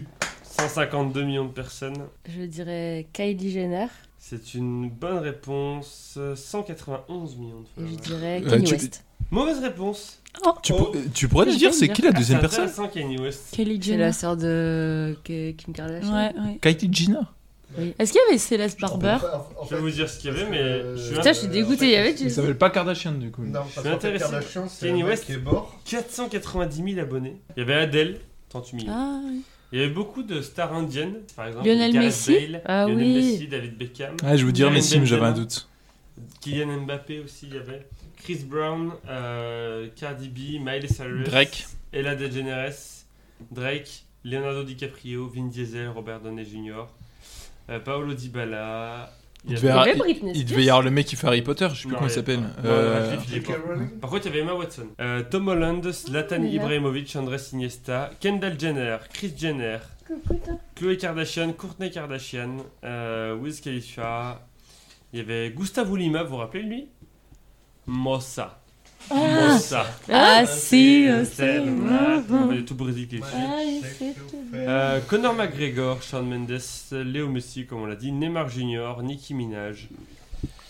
[SPEAKER 1] 152 millions de personnes.
[SPEAKER 5] Je dirais Kylie Jenner.
[SPEAKER 1] C'est une bonne réponse. euh, 191 millions de
[SPEAKER 5] Et je
[SPEAKER 1] followers.
[SPEAKER 5] dirais
[SPEAKER 3] Euh,
[SPEAKER 5] Kanye
[SPEAKER 3] tu-
[SPEAKER 5] West.
[SPEAKER 1] Mauvaise réponse.
[SPEAKER 3] Tu,
[SPEAKER 1] Oh.
[SPEAKER 3] pour- tu pourrais nous
[SPEAKER 5] Je
[SPEAKER 3] dire
[SPEAKER 5] vais
[SPEAKER 3] c'est
[SPEAKER 5] dire.
[SPEAKER 3] qui la deuxième
[SPEAKER 1] C'est
[SPEAKER 3] personne
[SPEAKER 1] intéressant, Kanye West.
[SPEAKER 2] Kelly
[SPEAKER 5] C'est
[SPEAKER 2] Jenner.
[SPEAKER 5] la sœur de K- Kim Kardashian.
[SPEAKER 2] Ouais, ouais.
[SPEAKER 3] Katie Jenner.
[SPEAKER 2] Est-ce qu'il y avait Céleste Barber
[SPEAKER 4] En fait, en
[SPEAKER 1] Je vais
[SPEAKER 4] fait,
[SPEAKER 1] vous dire ce qu'il y avait,
[SPEAKER 4] parce
[SPEAKER 1] mais
[SPEAKER 4] que- euh,
[SPEAKER 1] je suis
[SPEAKER 5] Putain,
[SPEAKER 1] un-
[SPEAKER 5] je suis dégoûtée. Il y avait
[SPEAKER 3] Il
[SPEAKER 5] Jason.
[SPEAKER 3] s'appelle pas Kardashian du coup.
[SPEAKER 4] Non, parce
[SPEAKER 1] suis
[SPEAKER 4] qu'en fait,
[SPEAKER 1] intéressé.
[SPEAKER 4] Kardashian, c'est un
[SPEAKER 1] Kanye
[SPEAKER 4] mec
[SPEAKER 1] West.
[SPEAKER 4] qui est mort.
[SPEAKER 1] 490 000 abonnés. Il y avait Adele, tant tu millions.
[SPEAKER 2] Ah oui.
[SPEAKER 1] Il y avait beaucoup de stars indiennes, par exemple.
[SPEAKER 2] Lionel
[SPEAKER 1] Gareth
[SPEAKER 2] Messi.
[SPEAKER 1] Bale,
[SPEAKER 5] Ah
[SPEAKER 1] Lionel
[SPEAKER 5] oui.
[SPEAKER 1] Messi, David Beckham.
[SPEAKER 3] Ah, je vous dire
[SPEAKER 1] Karen
[SPEAKER 3] Messi, mais j'avais un
[SPEAKER 1] Benzema.
[SPEAKER 3] doute.
[SPEAKER 1] Kylian Mbappé aussi, il y avait. Chris Brown, euh, Cardi B, Miley Cyrus.
[SPEAKER 3] Drake.
[SPEAKER 1] Ella DeGeneres, Drake, Leonardo DiCaprio, Vin Diesel, Robert Downey Jr., euh, Paolo Dybala. il y avait-
[SPEAKER 3] Il devait, y avoir-
[SPEAKER 5] avait
[SPEAKER 3] il-
[SPEAKER 5] Britney
[SPEAKER 3] il
[SPEAKER 5] Spears.
[SPEAKER 3] devait y avoir le mec qui fait Harry Potter, je sais plus
[SPEAKER 1] Non,
[SPEAKER 3] comment il
[SPEAKER 1] il-
[SPEAKER 3] s'appelle.
[SPEAKER 1] non,
[SPEAKER 3] Euh,
[SPEAKER 1] Radcliffe, il est
[SPEAKER 4] J.K.
[SPEAKER 1] pas.
[SPEAKER 4] Rowling.
[SPEAKER 1] Par contre, il y avait Emma Watson, euh, Tom Holland, Zlatan
[SPEAKER 5] Ah, il est là.
[SPEAKER 1] Ibrahimovic, Andrés Iniesta, Kendall Jenner, Chris Jenner, Chloé Kardashian, Courtney Kardashian, euh, Wiz Khalifa. Il y avait Gustavo Lima, vous vous rappelez de lui Mossa. Mossa.
[SPEAKER 2] Ah, si,
[SPEAKER 1] C'est-
[SPEAKER 2] euh,
[SPEAKER 1] c'est-
[SPEAKER 2] c'est-
[SPEAKER 1] voilà, il est tout Brésil qui est dessus.
[SPEAKER 5] Ah, il
[SPEAKER 4] Je sais
[SPEAKER 5] fait
[SPEAKER 4] que
[SPEAKER 5] tout
[SPEAKER 4] vous
[SPEAKER 5] bien.
[SPEAKER 1] Euh, Conor McGregor, Shawn Mendes, Léo Messi, comme on l'a dit, Neymar Junior, Nicki Minaj,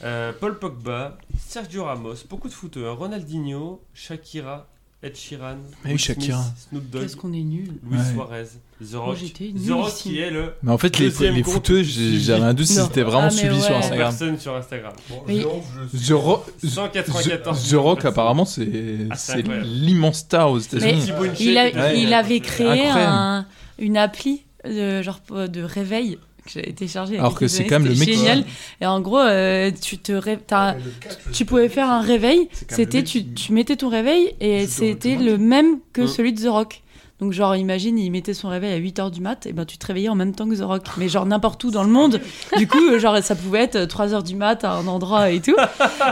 [SPEAKER 1] euh, Paul Pogba, Sergio Ramos, beaucoup de footeurs, Ronaldinho, Shakira, Ed Sheeran,
[SPEAKER 3] Mais oui,
[SPEAKER 1] Will
[SPEAKER 3] Shakira.
[SPEAKER 1] Smith, Snoop Dogg,
[SPEAKER 2] Qu'est-ce qu'on est nul.
[SPEAKER 1] Luis
[SPEAKER 3] Ouais.
[SPEAKER 1] Suarez, The
[SPEAKER 2] Moi,
[SPEAKER 1] Rock,
[SPEAKER 2] j'étais
[SPEAKER 1] The Rock
[SPEAKER 2] nullissime.
[SPEAKER 1] qui est le
[SPEAKER 3] Mais en fait, les,
[SPEAKER 1] Deuxième
[SPEAKER 3] les
[SPEAKER 1] compte
[SPEAKER 3] fouteux, j'ai-
[SPEAKER 1] suivi.
[SPEAKER 3] j'avais un doute si
[SPEAKER 2] Non.
[SPEAKER 3] c'était vraiment
[SPEAKER 2] Ah, mais
[SPEAKER 3] suivi sur
[SPEAKER 2] ouais.
[SPEAKER 1] en
[SPEAKER 3] Instagram.
[SPEAKER 1] personne sur Instagram.
[SPEAKER 4] Bon,
[SPEAKER 2] Oui.
[SPEAKER 4] Jérôme, je
[SPEAKER 3] The Rock, The-
[SPEAKER 1] 194
[SPEAKER 3] The Rock apparemment, c'est
[SPEAKER 1] Ah, c'est
[SPEAKER 3] c'est
[SPEAKER 1] incroyable.
[SPEAKER 3] l'immense star aux
[SPEAKER 1] C'est le
[SPEAKER 3] États-Unis.
[SPEAKER 1] petit Bonche
[SPEAKER 2] Il, a-
[SPEAKER 1] qui était-
[SPEAKER 2] il avait créé
[SPEAKER 3] Incroyable.
[SPEAKER 2] un- une appli euh, genre euh, de réveil que j'avais téléchargée. il y a
[SPEAKER 3] Alors que
[SPEAKER 2] quelques
[SPEAKER 3] c'est
[SPEAKER 2] années,
[SPEAKER 3] quand même le
[SPEAKER 2] c'était
[SPEAKER 3] mec qui-
[SPEAKER 2] génial. Et en gros, euh, tu te ré- t'as-
[SPEAKER 4] Mais le quatre, je
[SPEAKER 2] tu
[SPEAKER 4] sais
[SPEAKER 2] pouvais
[SPEAKER 4] pas.
[SPEAKER 2] faire un réveil.
[SPEAKER 6] C'est quand même
[SPEAKER 2] C'était
[SPEAKER 6] le mec
[SPEAKER 2] tu,
[SPEAKER 6] qui-
[SPEAKER 2] tu mettais ton réveil et
[SPEAKER 6] Juste devant
[SPEAKER 2] c'était
[SPEAKER 6] tout le
[SPEAKER 2] le même que
[SPEAKER 1] Mm.
[SPEAKER 2] celui de The Rock. Donc genre imagine, il mettait son réveil à 8h du mat, et ben tu te réveillais en même temps que The Rock, mais genre n'importe où dans le monde. Du coup, euh, genre ça pouvait être 3h du mat à un endroit et tout.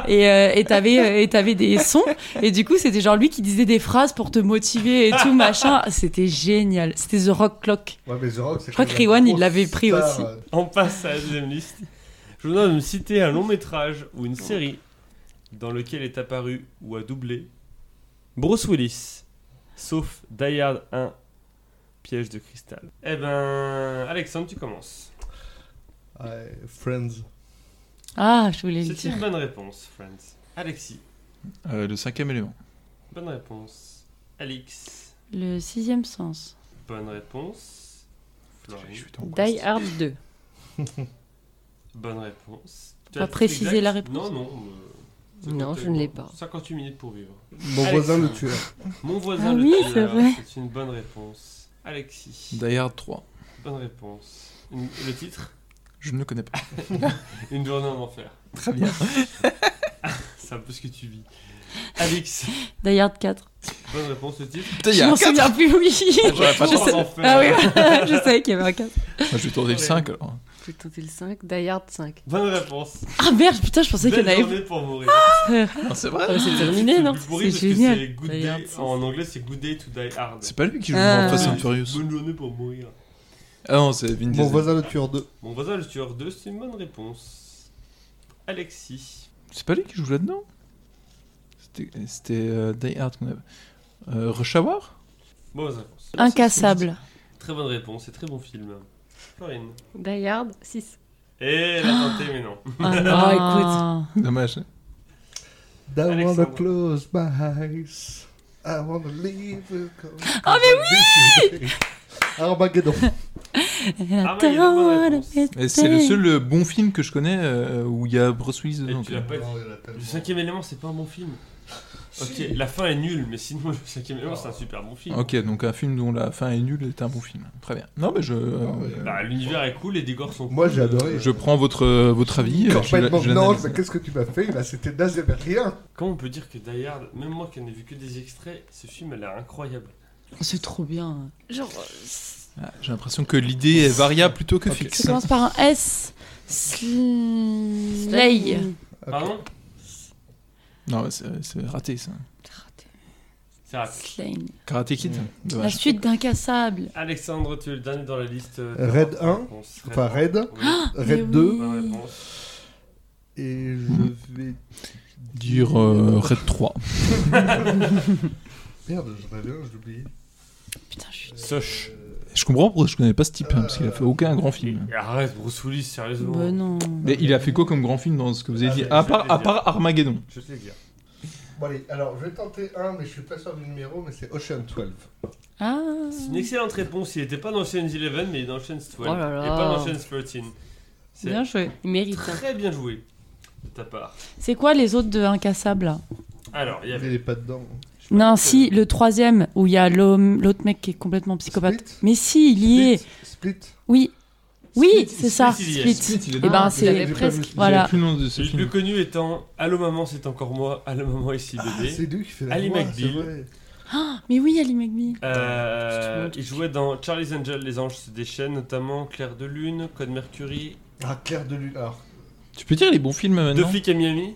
[SPEAKER 2] Et euh, et t'avais euh, et t'avais des sons et du coup, c'était genre lui qui disait des phrases pour te motiver et tout machin, c'était génial. C'était The Rock Clock.
[SPEAKER 4] Ouais, mais The Rock,
[SPEAKER 2] Je
[SPEAKER 4] c'est
[SPEAKER 2] crois
[SPEAKER 4] quand
[SPEAKER 2] que
[SPEAKER 4] même
[SPEAKER 2] Rewan,
[SPEAKER 4] une
[SPEAKER 2] il l'avait
[SPEAKER 4] grosse
[SPEAKER 2] pris
[SPEAKER 4] star,
[SPEAKER 2] aussi.
[SPEAKER 4] euh,
[SPEAKER 1] On passe à la deuxième liste. Je vous demande de me citer un long métrage ou une série dans lequel est apparu ou a doublé Bruce Willis, sauf Die Hard 1, Piège de cristal. Eh ben, Alexandre, tu commences.
[SPEAKER 4] euh, ouais, Friends.
[SPEAKER 2] Ah, je voulais le
[SPEAKER 1] C'est
[SPEAKER 2] dire.
[SPEAKER 1] une bonne réponse, Friends. Alexis,
[SPEAKER 3] Euh, le cinquième élément.
[SPEAKER 1] bonne réponse. Alix,
[SPEAKER 2] Le sixième sens.
[SPEAKER 1] bonne réponse. Florian,
[SPEAKER 3] Je suis en
[SPEAKER 5] Die Hard 2.
[SPEAKER 1] bonne réponse. Tu
[SPEAKER 2] Pas
[SPEAKER 1] as tout
[SPEAKER 2] préciser
[SPEAKER 1] exact
[SPEAKER 2] la réponse.
[SPEAKER 1] Non, non. euh, c'est
[SPEAKER 5] Non,
[SPEAKER 1] compté,
[SPEAKER 5] je ne l'ai
[SPEAKER 1] bon,
[SPEAKER 5] pas.
[SPEAKER 1] 58 minutes pour vivre.
[SPEAKER 4] Mon
[SPEAKER 1] Alex.
[SPEAKER 4] voisin le tueur.
[SPEAKER 1] Mon voisin
[SPEAKER 2] Ah
[SPEAKER 1] le
[SPEAKER 2] oui,
[SPEAKER 1] tueur,
[SPEAKER 2] c'est vrai.
[SPEAKER 1] C'est une bonne réponse. Alexis,
[SPEAKER 3] Die Hard 3.
[SPEAKER 1] bonne réponse. Une- le titre
[SPEAKER 3] Je ne le connais pas.
[SPEAKER 1] Une journée en enfer.
[SPEAKER 3] Très bien.
[SPEAKER 1] C'est un peu ce que tu vis. Alix,
[SPEAKER 2] Die Hard 4.
[SPEAKER 1] bonne réponse, le titre
[SPEAKER 3] Die
[SPEAKER 2] Je m'en
[SPEAKER 3] Hard 4.
[SPEAKER 2] souviens plus, oui.
[SPEAKER 3] J'aurais pas
[SPEAKER 2] Je
[SPEAKER 3] tort.
[SPEAKER 2] sais-
[SPEAKER 1] d'enfer.
[SPEAKER 2] Ah oui, je savais qu'il y avait un 4.
[SPEAKER 3] Moi, Je vais tenter le 5 alors.
[SPEAKER 5] J'ai tenté le 5. Die Hard 5.
[SPEAKER 1] Bonne réponse.
[SPEAKER 2] Ah merde, putain, je pensais qu'il y en
[SPEAKER 1] Belle
[SPEAKER 2] avait.
[SPEAKER 1] journée pour mourir.
[SPEAKER 3] Non, c'est vrai.
[SPEAKER 2] Ah, c'est terminé, non
[SPEAKER 1] le plus pourri
[SPEAKER 2] C'est
[SPEAKER 1] parce que
[SPEAKER 2] génial.
[SPEAKER 1] c'est good
[SPEAKER 2] Die
[SPEAKER 1] day-
[SPEAKER 2] Hard, ça.
[SPEAKER 1] en anglais, c'est Good Day to Die Hard.
[SPEAKER 3] C'est pas lui qui joue
[SPEAKER 2] Ah.
[SPEAKER 3] dans Fast and Furious.
[SPEAKER 1] Bonne journée pour mourir.
[SPEAKER 3] Ah non, c'est Vin
[SPEAKER 4] Mon
[SPEAKER 3] Diesel.
[SPEAKER 4] voisin le tueur 2.
[SPEAKER 1] Mon voisin, le tueur 2, c'est une bonne réponse. Alexis,
[SPEAKER 3] C'est pas lui qui joue là-dedans C'était- C'était euh, Die Hard qu'on avait. Euh, Rush Hour
[SPEAKER 1] mauvaise réponse.
[SPEAKER 2] Incassable.
[SPEAKER 1] Très bonne réponse, c'est très bon film. Florine.
[SPEAKER 5] Die Hard 6.
[SPEAKER 1] Et Eh, la santé, mais non.
[SPEAKER 2] Ah
[SPEAKER 5] Ah,
[SPEAKER 2] non,
[SPEAKER 3] Dommage.
[SPEAKER 4] I wanna
[SPEAKER 1] Alexandre.
[SPEAKER 4] close my eyes. I wanna leave.
[SPEAKER 2] Ah,
[SPEAKER 4] Oh, mais oui Armageddon.
[SPEAKER 1] Ah, mais il y a une bonne réponse.
[SPEAKER 3] Et c'est le seul euh, bon film que je connais euh, où il y a Bruce Willis dedans. euh,
[SPEAKER 1] Et tu l'as
[SPEAKER 3] quoi.
[SPEAKER 1] pas dit. Le cinquième élément, c'est pas un bon film. Ok, la fin est nulle, mais sinon, le cinquième élément, c'est un super bon film.
[SPEAKER 3] Ok, donc un film dont la fin est nulle est un bon film. Très bien. Non, mais je, euh,
[SPEAKER 4] Ah, ouais.
[SPEAKER 1] Bah, l'univers est cool, les décors sont
[SPEAKER 4] Moi,
[SPEAKER 1] cool.
[SPEAKER 4] j'ai adoré.
[SPEAKER 3] je prends votre, euh, votre avis. euh, je,
[SPEAKER 4] Complètement.
[SPEAKER 3] la- je
[SPEAKER 4] Non,
[SPEAKER 3] l'analyse.
[SPEAKER 4] mais qu'est-ce que tu m'as fait Bah, c'était naze, il y avait rien.
[SPEAKER 1] Comment on peut dire que Die Hard, même moi qui n'ai vu que des extraits, ce film a l'air incroyable.
[SPEAKER 2] c'est trop bien.
[SPEAKER 5] Genre.
[SPEAKER 3] Ah, J'ai l'impression que l'idée est variable plutôt que fixe.
[SPEAKER 2] Ça commence par un S. Slay.
[SPEAKER 1] Pardon
[SPEAKER 3] Non, mais c'est c'est raté ça.
[SPEAKER 1] C'est rapide.
[SPEAKER 2] Slay.
[SPEAKER 3] Karate Kid
[SPEAKER 2] La
[SPEAKER 3] Dommage.
[SPEAKER 2] suite d'Incassable.
[SPEAKER 1] Alexandre, tu es le dernier dans la liste. euh,
[SPEAKER 4] Raid
[SPEAKER 1] de
[SPEAKER 4] 1,
[SPEAKER 1] réponses. Raid
[SPEAKER 4] Enfin,
[SPEAKER 1] 1,
[SPEAKER 4] Raid.
[SPEAKER 1] oui.
[SPEAKER 2] Mais
[SPEAKER 4] Raid
[SPEAKER 2] oui.
[SPEAKER 4] 2.
[SPEAKER 1] Bonne réponse.
[SPEAKER 4] Et je vais.
[SPEAKER 3] Dire euh, Red 3.
[SPEAKER 4] Merde, j'en avais un, je l'ai oublié. Euh,
[SPEAKER 2] Putain, je suis.
[SPEAKER 1] Soch.
[SPEAKER 3] Je comprends pourquoi je connais pas ce type, hein, parce qu'il a fait aucun grand film.
[SPEAKER 1] Et Arrête, Bruce Willis, sérieusement.
[SPEAKER 2] Bah non.
[SPEAKER 3] Mais il a fait quoi comme grand film dans ce que vous avez dit
[SPEAKER 4] Ah,
[SPEAKER 3] à
[SPEAKER 1] je
[SPEAKER 3] part,
[SPEAKER 1] vais
[SPEAKER 3] à
[SPEAKER 1] te
[SPEAKER 3] part Armageddon.
[SPEAKER 1] Je vais te le dire.
[SPEAKER 4] Bon, allez, alors je vais tenter un, mais je suis pas sûr du numéro, mais c'est Ocean 12.
[SPEAKER 2] Ah.
[SPEAKER 1] C'est une excellente réponse. Il était pas dans Ocean's 11, mais il est dans Ocean's 12.
[SPEAKER 5] Oh là là.
[SPEAKER 1] Et pas dans Ocean's 13. C'est
[SPEAKER 2] Bien joué.
[SPEAKER 5] Il mérite. hein.
[SPEAKER 1] très bien joué de ta part.
[SPEAKER 2] C'est quoi les autres de Incassable là
[SPEAKER 1] Alors, il y
[SPEAKER 4] Il
[SPEAKER 1] avait.
[SPEAKER 4] est pas dedans.
[SPEAKER 1] je sais pas,
[SPEAKER 2] Non,
[SPEAKER 1] euh,
[SPEAKER 2] si, le troisième où il y a l'homme- l'autre mec qui est complètement psychopathe.
[SPEAKER 4] Split
[SPEAKER 2] Mais si, il y est.
[SPEAKER 4] Split, Split.
[SPEAKER 2] Oui. Oui,
[SPEAKER 1] Split,
[SPEAKER 2] c'est ça.
[SPEAKER 1] Split, il y est.
[SPEAKER 2] Split.
[SPEAKER 3] il est
[SPEAKER 2] Et ben,
[SPEAKER 5] Ah, il
[SPEAKER 2] c'est.
[SPEAKER 5] avait-
[SPEAKER 4] J'ai pas
[SPEAKER 5] presque,
[SPEAKER 4] vu ce film.
[SPEAKER 2] Voilà.
[SPEAKER 3] plus le nom de ce
[SPEAKER 1] Le plus
[SPEAKER 3] film.
[SPEAKER 1] connu étant Allô maman, c'est encore moi. Allô maman, ici
[SPEAKER 4] Ah,
[SPEAKER 1] bébé.
[SPEAKER 4] c'est lui qui fait la
[SPEAKER 1] Ali
[SPEAKER 4] voix,
[SPEAKER 1] McBeal.
[SPEAKER 4] c'est vrai.
[SPEAKER 2] Mais oui, Ali McBee.
[SPEAKER 1] Euh, il jouait dans Charlie's Angel, Les Anges se déchaînent, notamment Claire de Lune, Code Mercury,
[SPEAKER 4] Ah, Claire de Lune. Alors,
[SPEAKER 3] Tu peux dire les bons films
[SPEAKER 1] Deux
[SPEAKER 3] maintenant
[SPEAKER 1] flics à Miami.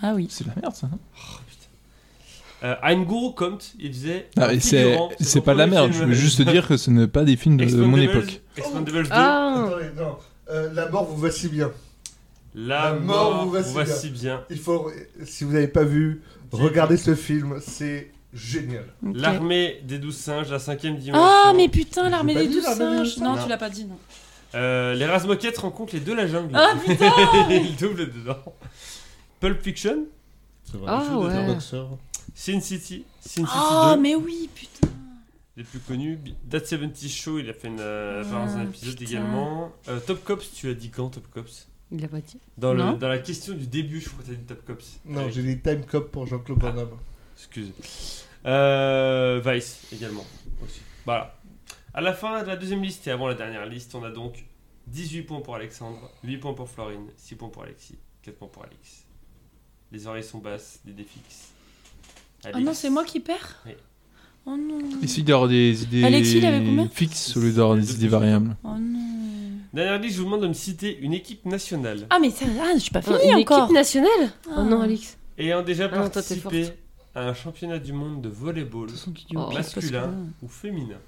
[SPEAKER 2] Ah oui.
[SPEAKER 3] hein. C'est de la merde ça. non
[SPEAKER 1] Oh, putain. Euh, Ein Guru kommt, il disait.
[SPEAKER 3] Ah, mais c'est c'est pas de la merde, je veux juste te dire que ce n'est pas des films de mon époque.
[SPEAKER 4] Oh.
[SPEAKER 1] Expendables 2.
[SPEAKER 5] Ah
[SPEAKER 4] Attendez, non. Euh, la mort vous va si bien.
[SPEAKER 1] La
[SPEAKER 4] La
[SPEAKER 1] mort
[SPEAKER 4] mort
[SPEAKER 1] vous
[SPEAKER 4] vous va si
[SPEAKER 1] va
[SPEAKER 4] bien.
[SPEAKER 1] si bien.
[SPEAKER 4] Il faut, si vous n'avez pas vu, regardez ce film, c'est génial.
[SPEAKER 2] Ok.
[SPEAKER 1] L'armée des douze singes, la cinquième dimension.
[SPEAKER 2] Ah, mais putain, l'armée
[SPEAKER 4] pas
[SPEAKER 2] des
[SPEAKER 4] dit
[SPEAKER 2] douze
[SPEAKER 4] l'armée des douze
[SPEAKER 2] singes. Non,
[SPEAKER 1] singes.
[SPEAKER 2] tu l'as pas dit, non.
[SPEAKER 1] Euh, les Razmoquettes rencontrent les deux la jungle.
[SPEAKER 2] Ah, putain
[SPEAKER 1] Il double dedans. Pulp Fiction,
[SPEAKER 6] C'est vrai,
[SPEAKER 5] Ah,
[SPEAKER 6] je suis des
[SPEAKER 5] ouais.
[SPEAKER 6] airboxeurs.
[SPEAKER 1] Sin City, Sin City
[SPEAKER 2] Ah,
[SPEAKER 1] 2,
[SPEAKER 2] mais oui, putain.
[SPEAKER 1] les plus connus. Bi- That 70 Show, il a fait une euh,
[SPEAKER 2] Ah,
[SPEAKER 1] apparence dans un épisode
[SPEAKER 2] putain.
[SPEAKER 1] également. Euh, Top Cops, tu as dit quand Top Cops
[SPEAKER 5] Il l'a pas dit.
[SPEAKER 1] dans, le-
[SPEAKER 2] Non.
[SPEAKER 1] dans la question du début, je crois que t'as dit Top Cops.
[SPEAKER 4] Non,
[SPEAKER 1] Avec-
[SPEAKER 4] j'ai des time cop pour Jean-Claude Van Damme.
[SPEAKER 1] Excuse. Euh, Vice également. Aussi. Voilà. À la fin de la deuxième liste et avant la dernière liste, on a donc 18 points pour Alexandre, 8 points pour Florine, 6 points pour Alexis, 4 points pour Alex. Les oreilles sont basses, des défixes.
[SPEAKER 2] Ah non, c'est moi qui perds
[SPEAKER 1] Oui.
[SPEAKER 2] Oh non.
[SPEAKER 3] Essayez d'avoir des idées
[SPEAKER 2] Alexis, il avait combien
[SPEAKER 3] fixes au lieu d'avoir des idées variables.
[SPEAKER 2] Oh non.
[SPEAKER 1] Dernière liste, je vous demande de me citer une équipe nationale
[SPEAKER 2] Ah, mais ça, ah, je suis pas
[SPEAKER 5] Oh, une
[SPEAKER 2] fini encore.
[SPEAKER 5] équipe nationale
[SPEAKER 2] Ah.
[SPEAKER 5] Oh non, Alex.
[SPEAKER 1] ayant déjà
[SPEAKER 5] Ah non, toi, t'es
[SPEAKER 1] participé
[SPEAKER 5] forte.
[SPEAKER 1] à un championnat du monde de volleyball
[SPEAKER 2] De toute façon, tu dis
[SPEAKER 5] Oh.
[SPEAKER 2] au pire, parce que-
[SPEAKER 1] masculin ou féminin,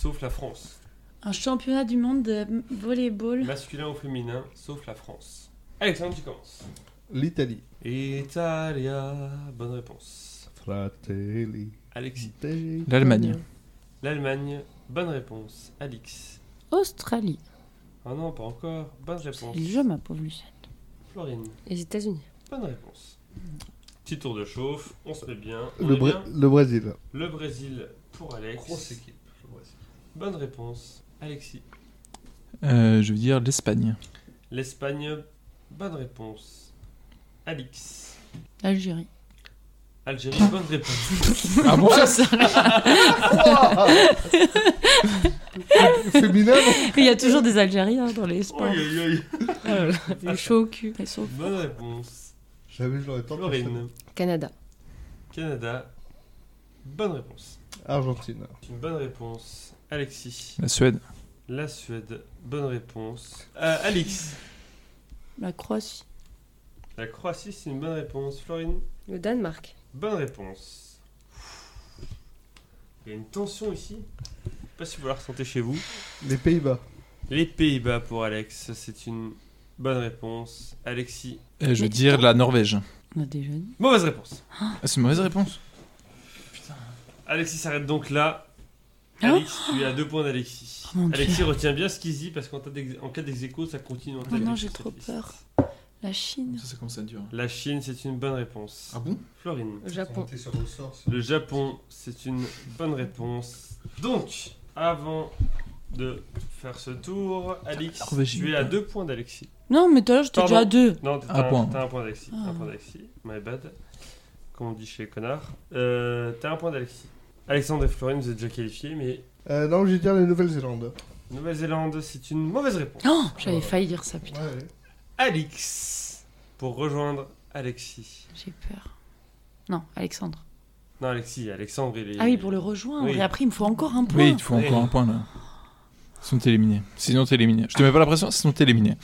[SPEAKER 1] sauf la France.
[SPEAKER 2] Un championnat du monde de volleyball.
[SPEAKER 1] Masculin ou féminin, sauf la France. Alexandre, tu commences.
[SPEAKER 4] L'Italie.
[SPEAKER 1] Italia, bonne réponse.
[SPEAKER 4] Fratelli.
[SPEAKER 1] Alexis.
[SPEAKER 3] L'Allemagne.
[SPEAKER 1] L'Allemagne, bonne réponse. Alix.
[SPEAKER 5] Australie.
[SPEAKER 1] Ah non, pas encore. Bonne réponse.
[SPEAKER 5] Il joue, ma pauvre Lucette.
[SPEAKER 1] Florine,
[SPEAKER 5] Les États-Unis.
[SPEAKER 1] bonne réponse. Petit tour de chauffe, on se met bien. On
[SPEAKER 4] Le,
[SPEAKER 1] est
[SPEAKER 4] Bra-
[SPEAKER 1] bien.
[SPEAKER 4] le Brésil.
[SPEAKER 1] Le Brésil pour Alex.
[SPEAKER 4] Grosse équipe. le Brésil.
[SPEAKER 1] Bonne réponse. Alexis.
[SPEAKER 3] Euh, je veux dire l'Espagne.
[SPEAKER 1] L'Espagne, bonne réponse. Alix.
[SPEAKER 2] L'Algérie.
[SPEAKER 1] Algérie, bonne réponse.
[SPEAKER 3] Ah bon
[SPEAKER 4] Féminin, non
[SPEAKER 2] Il y a toujours des Algériens dans les sports.
[SPEAKER 1] Oi, oi, oi.
[SPEAKER 5] Il est chaud au cul.
[SPEAKER 2] Ils sont-
[SPEAKER 1] Bonne réponse.
[SPEAKER 4] Jamais je l'aurais tenté.
[SPEAKER 1] Florine.
[SPEAKER 5] Canada.
[SPEAKER 1] Canada, bonne réponse.
[SPEAKER 4] Argentine.
[SPEAKER 1] Une bonne réponse. Alexis.
[SPEAKER 3] La Suède.
[SPEAKER 1] La Suède, bonne réponse. Euh, Alix.
[SPEAKER 2] La Croatie.
[SPEAKER 1] La Croatie, c'est une bonne réponse. Florine,
[SPEAKER 5] Le Danemark.
[SPEAKER 1] bonne réponse. Il y a une tension ici. Je sais pas si vous la ressentez chez vous.
[SPEAKER 4] Les Pays-Bas.
[SPEAKER 1] Les Pays-Bas pour Alex, c'est une bonne réponse. Alexis,
[SPEAKER 3] Euh, je veux
[SPEAKER 2] Mais
[SPEAKER 3] dire la Norvège.
[SPEAKER 2] On a déjà dit.
[SPEAKER 1] mauvaise réponse.
[SPEAKER 3] Ah, c'est une mauvaise réponse.
[SPEAKER 1] Alexis s'arrête donc là.
[SPEAKER 2] Hein
[SPEAKER 1] Alix, tu es à deux points d'Alexis.
[SPEAKER 2] Oh mon Dieu. Oh
[SPEAKER 1] Alexis, retiens bien ce qu'il dit parce qu'en tas d'ex- en cas d'exéco, ça continue. en tête
[SPEAKER 2] non,
[SPEAKER 1] de
[SPEAKER 2] j'ai
[SPEAKER 1] cette
[SPEAKER 2] trop
[SPEAKER 1] liste.
[SPEAKER 2] peur. La Chine.
[SPEAKER 3] ça commence à durer.
[SPEAKER 1] La Chine, c'est une bonne réponse.
[SPEAKER 3] bon
[SPEAKER 1] Florine.
[SPEAKER 5] Le Japon.
[SPEAKER 4] sur le sort, ça.
[SPEAKER 1] Le Japon, c'est une bonne réponse. Donc, avant de faire ce tour, Alix,
[SPEAKER 3] Norvégie.
[SPEAKER 1] tu es à deux points d'Alexis.
[SPEAKER 2] Non, mais tout à l'heure, j'étais
[SPEAKER 1] Pardon.
[SPEAKER 2] déjà à deux.
[SPEAKER 1] Non, t'as
[SPEAKER 3] Un
[SPEAKER 1] un,
[SPEAKER 3] point.
[SPEAKER 1] t'as un point d'Alexis. Un
[SPEAKER 2] Ah.
[SPEAKER 1] point d'Alexis. My bad. Comme on dit chez les connards. Euh, t'as un point d'Alexis. Alexandre et Florine, vous êtes déjà qualifiés, mais
[SPEAKER 4] Euh, non, je vais dire la Nouvelle-Zélande.
[SPEAKER 1] Nouvelle-Zélande, c'est une mauvaise réponse.
[SPEAKER 2] Oh, j'avais failli dire ça, putain.
[SPEAKER 4] Ouais.
[SPEAKER 1] Alix, pour rejoindre Alexis.
[SPEAKER 2] J'ai peur. Non, Alexandre.
[SPEAKER 1] Non, Alexis, Alexandre, il est.
[SPEAKER 2] Ah oui, pour le rejoindre.
[SPEAKER 1] Oui.
[SPEAKER 2] Et après, il me faut encore un point.
[SPEAKER 3] Oui, il te faut
[SPEAKER 1] Oui.
[SPEAKER 3] encore un point là. Ils sont éliminés. Sinon, t'es éliminé. Je te mets pas la pression, sinon, t'es éliminé.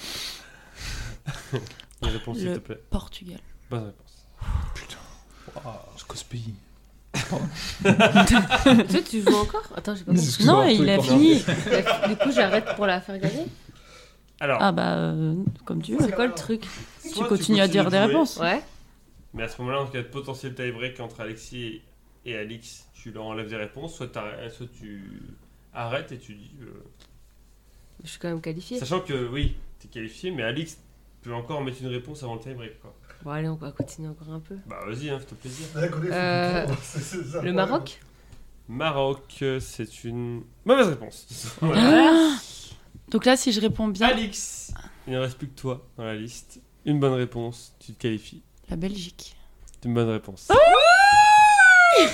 [SPEAKER 1] Une réponse, s'il
[SPEAKER 2] Le-
[SPEAKER 1] te plaît.
[SPEAKER 2] Portugal.
[SPEAKER 1] Bonne réponse.
[SPEAKER 3] C'est quoi ce pays
[SPEAKER 5] Toi, tu joues encore Attends, j'ai pas
[SPEAKER 3] Mais
[SPEAKER 5] compris.
[SPEAKER 3] c'est-
[SPEAKER 2] Non,
[SPEAKER 3] Excuse-moi, tous
[SPEAKER 2] il
[SPEAKER 3] les
[SPEAKER 2] a
[SPEAKER 3] Portugais.
[SPEAKER 2] fini.
[SPEAKER 5] Bref, Du coup, j'arrête pour la faire gagner.
[SPEAKER 1] Alors,
[SPEAKER 2] Ah bah, euh, comme tu veux.
[SPEAKER 5] C'est quoi le truc
[SPEAKER 1] soit
[SPEAKER 2] Tu continues à dire
[SPEAKER 1] de
[SPEAKER 2] des
[SPEAKER 1] jouer,
[SPEAKER 2] réponses.
[SPEAKER 5] Ouais.
[SPEAKER 1] Mais à ce moment-là, en cas de potentiel tie-break entre Alexis et Alix, tu leur enlèves des réponses, soit, t'arrêtes- soit tu arrêtes et tu dis. euh,
[SPEAKER 5] Je suis quand même qualifiée.
[SPEAKER 1] Sachant que oui, t'es qualifié, mais Alix peut encore mettre une réponse avant le tie-break. quoi.
[SPEAKER 5] Bon, allez, on va continuer encore un peu.
[SPEAKER 1] Bah vas-y, hein, fais-toi plaisir.
[SPEAKER 5] Euh,
[SPEAKER 4] C'est- c'est ça,
[SPEAKER 5] Le
[SPEAKER 4] ouais.
[SPEAKER 5] Maroc
[SPEAKER 1] Maroc, euh, c'est une mauvaise réponse. Voilà.
[SPEAKER 2] Ah Donc là, si je réponds bien,
[SPEAKER 1] Alix, il ne reste plus que toi dans la liste. Une bonne réponse, tu te qualifies.
[SPEAKER 2] la Belgique.
[SPEAKER 1] C'est une bonne réponse.
[SPEAKER 2] Oh,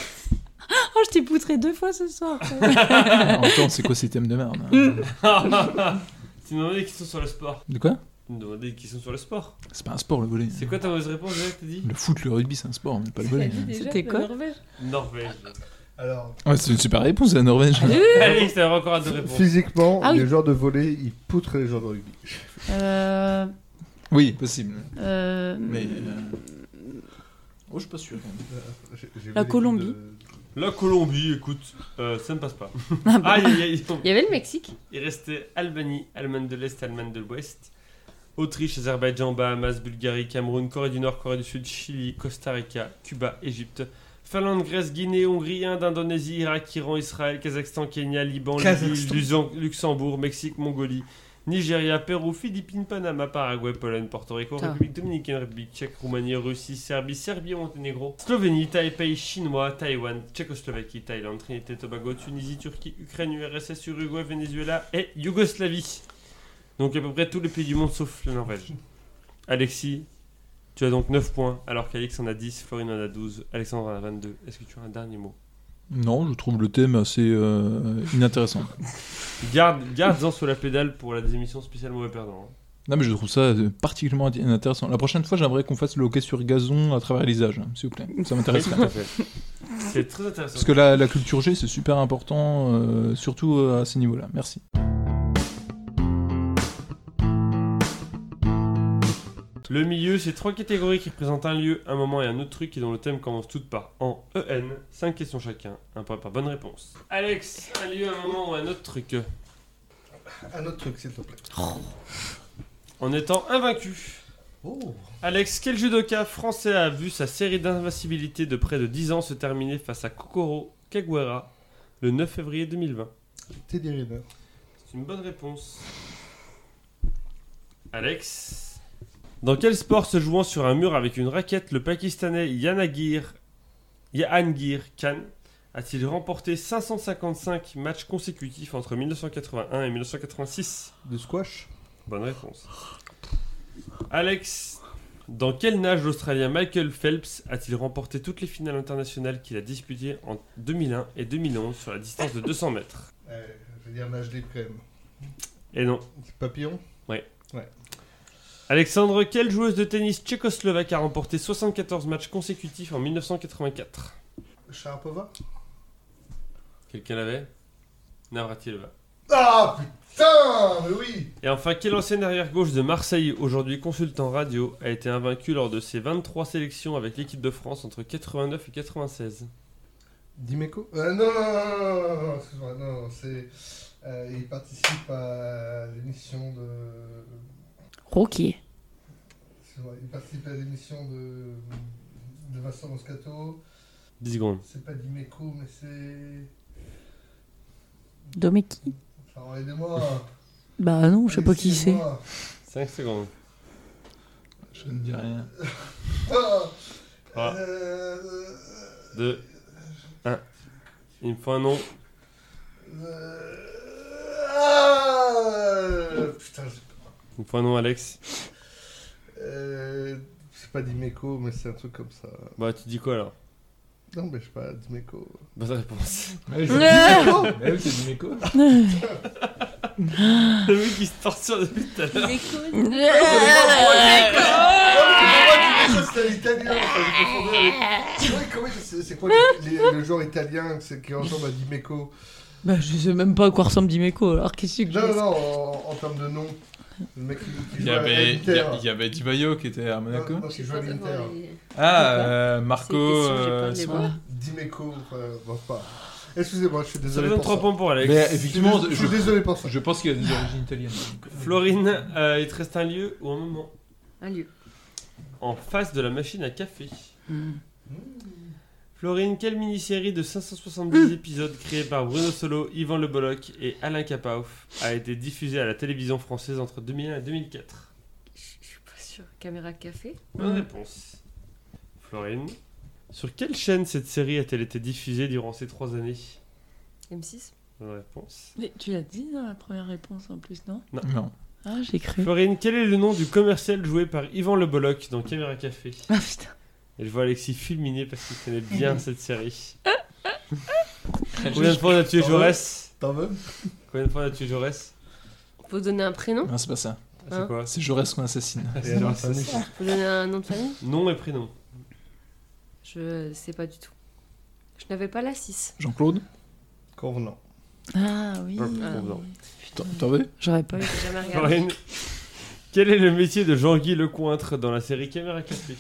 [SPEAKER 2] je t'ai poutré deux fois ce soir.
[SPEAKER 3] En même temps, c'est quoi ces thèmes de merde hein
[SPEAKER 2] Ah
[SPEAKER 1] tu me demandais qui sont sur le sport.
[SPEAKER 3] De quoi
[SPEAKER 1] Tu me demandais qui sont sur le sport.
[SPEAKER 3] C'est pas un sport le volley.
[SPEAKER 1] C'est quoi ta mauvaise réponse déjà que t'as dit
[SPEAKER 3] Le foot, le rugby, c'est un sport, mais pas le volley.
[SPEAKER 2] C'était quoi
[SPEAKER 1] Norvège.
[SPEAKER 4] Alors,
[SPEAKER 3] Ouais, c'est une super réponse, la Norvège.
[SPEAKER 1] Alix, t'as encore à deux réponses.
[SPEAKER 4] physiquement,
[SPEAKER 2] Ah oui.
[SPEAKER 4] les joueurs de volley, ils poutrent les joueurs de rugby.
[SPEAKER 2] Euh,
[SPEAKER 3] Oui, possible.
[SPEAKER 2] euh,
[SPEAKER 3] Mais. Oh, je suis pas sûr.
[SPEAKER 4] Euh, J'ai- j'ai
[SPEAKER 2] La
[SPEAKER 4] vu les
[SPEAKER 2] Colombie.
[SPEAKER 4] films
[SPEAKER 1] La Colombie, écoute, euh, ça ne passe pas.
[SPEAKER 2] Ah bah.
[SPEAKER 1] Aïe, aïe, aïe.
[SPEAKER 5] Il y avait le Mexique.
[SPEAKER 1] Il restait Albanie, Allemagne de l'Est, Allemagne de l'Ouest, Autriche, Azerbaïdjan, Bahamas, Bulgarie, Cameroun, Corée du Nord, Corée du Sud, Chili, Costa Rica, Cuba, Égypte, Finlande, Grèce, Guinée, Hongrie, Inde, Indonésie, Irak, Iran, Israël, Kazakhstan, Kenya, Liban, Libye,
[SPEAKER 4] Kazakhstan.
[SPEAKER 1] Luzan- Luxembourg, Mexique, Mongolie. Nigeria, Pérou, Philippines, Panama, Paraguay, Pologne, Porto Rico,
[SPEAKER 5] Putain.
[SPEAKER 1] République Dominicaine, République Tchèque, Roumanie, Russie, Serbie, Serbie, Monténégro, Slovénie, Taipei, Chinois, Taïwan, Tchécoslovaquie, Thaïlande, Trinité, Tobago, Tunisie, Turquie, Ukraine, URSS, Uruguay, Venezuela et Yougoslavie. Donc à peu près tous les pays du monde sauf la Norvège. Alexis, tu as donc 9 points alors qu'Alex en a 10, Florine en a 12, Alexandre en a 22. Est-ce que tu as un dernier mot
[SPEAKER 3] Non, je trouve le thème assez euh, inintéressant.
[SPEAKER 1] Garde, garde-en sur la pédale pour la démission spéciale mauvais perdant. hein.
[SPEAKER 3] Non, mais je trouve ça euh, particulièrement inintéressant. La prochaine fois, j'aimerais qu'on fasse le hockey sur gazon à travers les âges, hein, s'il vous plaît. Ça
[SPEAKER 1] Oui,
[SPEAKER 3] m'intéresse.
[SPEAKER 1] tout
[SPEAKER 3] là.
[SPEAKER 1] à fait. C'est très intéressant.
[SPEAKER 3] Parce que la, la culture G, c'est super important, euh, surtout euh, à ce niveau-là. Merci.
[SPEAKER 1] Le milieu, c'est trois catégories qui représentent un lieu, un moment et un autre truc et dont le thème commence toutes par en EN. Cinq questions chacun, un point par bonne réponse. Alex, un lieu, un moment ou un autre truc
[SPEAKER 4] de- Un autre truc, s'il te plaît.
[SPEAKER 1] En étant invaincu.
[SPEAKER 4] Oh.
[SPEAKER 1] Alex, quel judoka français a vu sa série d'invincibilité de près de 10 ans se terminer face à Kokoro Kaguera le 9 février 2020
[SPEAKER 4] Teddy Riner.
[SPEAKER 1] C'est une bonne réponse. Alex. Dans quel sport se jouant sur un mur avec une raquette, le Pakistanais Yanagir, Jahangir Khan a-t-il remporté 555 matchs consécutifs entre 1981 et 1986
[SPEAKER 4] Du squash.
[SPEAKER 1] Bonne réponse. Alex. Dans quel nage l'Australien Michael Phelps a-t-il remporté toutes les finales internationales qu'il a disputées en 2001 et 2011 sur la distance de 200 mètres
[SPEAKER 4] Euh, je vais dire nage libre quand même.
[SPEAKER 1] Et non,
[SPEAKER 4] Papillon.
[SPEAKER 1] Alexandre, quelle joueuse de tennis tchécoslovaque a remporté 74 matchs consécutifs en 1984
[SPEAKER 4] Sharapova.
[SPEAKER 1] Quelqu'un l'avait Navratilova.
[SPEAKER 4] Ah putain, mais oui.
[SPEAKER 1] Et enfin, quel ancien arrière-gauche de Marseille, aujourd'hui consultant radio, a été invaincu lors de ses 23 sélections avec l'équipe de France entre 89 et 96
[SPEAKER 4] Dimeco. Euh, non, non, non, non, non, non, non, excuse-moi, non, non, c'est. euh, il participe à l'émission de.
[SPEAKER 2] Rocky.
[SPEAKER 4] Excuse-moi, il participe à l'émission de. de Vincent Moscato.
[SPEAKER 1] 10 secondes.
[SPEAKER 4] C'est pas Dimeco, mais c'est.
[SPEAKER 2] Domeki.
[SPEAKER 4] Enfin, aidez-moi.
[SPEAKER 2] Bah non, je sais pas qui c'est.
[SPEAKER 4] Aidez-moi.
[SPEAKER 1] 5 secondes.
[SPEAKER 3] Je ne dis rien.
[SPEAKER 4] Ah,
[SPEAKER 1] Ah.
[SPEAKER 4] euh,
[SPEAKER 1] 2, 1. Il me faut un nom.
[SPEAKER 4] euh, ah, putain, j'ai
[SPEAKER 1] Il me faut un nom, Alex.
[SPEAKER 4] Euh, c'est pas Dimeco, mais c'est un truc comme ça.
[SPEAKER 1] Bah, tu dis quoi alors
[SPEAKER 4] Non, mais je sais pas, Dimeco.
[SPEAKER 1] Bonne réponse.
[SPEAKER 3] c'est du méco.
[SPEAKER 1] Le mec qui se torture depuis tout à l'heure.
[SPEAKER 4] C'est l'italien, ça, j'ai confondu avec- Ouais, comment je sais- c'est quoi les- les- le genre italien que c'est- qui ressemble à Dimeco
[SPEAKER 2] Bah je sais même pas à quoi ressemble Dimeco, alors qu'est-ce que
[SPEAKER 4] Non, non,
[SPEAKER 2] je
[SPEAKER 4] non, en, en termes de nom. Le mec qui, qui
[SPEAKER 3] Il
[SPEAKER 4] joue
[SPEAKER 3] y
[SPEAKER 4] à
[SPEAKER 3] avait, il y
[SPEAKER 4] l'Inter.
[SPEAKER 3] a- il y avait Di Baio qui était à Monaco.
[SPEAKER 4] Non, non, qui joue à l'Inter.
[SPEAKER 3] Ah,
[SPEAKER 5] Pourquoi
[SPEAKER 3] euh, Marco.
[SPEAKER 5] Ces questions, j'ai pas
[SPEAKER 3] euh,
[SPEAKER 5] de
[SPEAKER 3] c'est
[SPEAKER 5] débat.
[SPEAKER 3] bon.
[SPEAKER 4] Dimeco, euh, bon, pas. Excusez-moi, je suis
[SPEAKER 1] Ça
[SPEAKER 4] désolé
[SPEAKER 1] donne
[SPEAKER 4] pour
[SPEAKER 1] 3
[SPEAKER 4] ça.
[SPEAKER 1] points pour Alex.
[SPEAKER 3] Mais
[SPEAKER 4] Je suis
[SPEAKER 3] effectivement,
[SPEAKER 4] dés- je
[SPEAKER 3] je,
[SPEAKER 4] suis désolé pour ça.
[SPEAKER 3] je pense qu'il y a des origines italiennes. donc.
[SPEAKER 1] Florine, euh, il te reste un lieu ou un moment
[SPEAKER 5] Un lieu.
[SPEAKER 1] en face de la machine à café. Florine, quelle mini-série de 570 épisodes créée par Bruno Solo, Yvan Le Bolloc et Alain Capauf a été diffusée à la télévision française entre 2001 et 2004
[SPEAKER 5] Je je suis pas sûre. Caméra café.
[SPEAKER 1] Bonne
[SPEAKER 2] Mm.
[SPEAKER 1] réponse. Florine, sur quelle chaîne cette série a-t-elle été diffusée durant ces trois années
[SPEAKER 5] M6.
[SPEAKER 1] Bonne réponse.
[SPEAKER 2] Mais tu l'as dit dans la première réponse en plus, non
[SPEAKER 3] Non.
[SPEAKER 2] Ah j'ai cru.
[SPEAKER 1] Florine, quel est le nom du commercial joué par Yvan Le Bolloc dans Caméra Café
[SPEAKER 2] Ah putain.
[SPEAKER 1] Et je vois Alexis fulminer parce qu'il connaît bien cette série. Combien de fois on a tué Jaurès
[SPEAKER 4] T'en veux
[SPEAKER 1] Combien de fois on a tué Jaurès
[SPEAKER 5] Faut donner un prénom.
[SPEAKER 3] Non, c'est pas ça.
[SPEAKER 1] C'est quoi
[SPEAKER 3] Hein C'est Jaurès qu'on assassine.
[SPEAKER 1] Ah, c'est
[SPEAKER 4] Et alors,
[SPEAKER 1] Jaurès.
[SPEAKER 4] famille.
[SPEAKER 5] Faut donner un nom de famille.
[SPEAKER 1] Nom et prénom.
[SPEAKER 5] Je sais pas du tout. Je n'avais pas la 6.
[SPEAKER 3] Jean-Claude
[SPEAKER 4] Convenant.
[SPEAKER 2] Ah oui.
[SPEAKER 1] Hop, on va.
[SPEAKER 3] T'en- T'en veux
[SPEAKER 2] J'aurais pas eu.
[SPEAKER 5] J'ai jamais regardé.
[SPEAKER 1] Corinne, quel est le métier de Jean-Guy Lecointre dans la série Caméra Café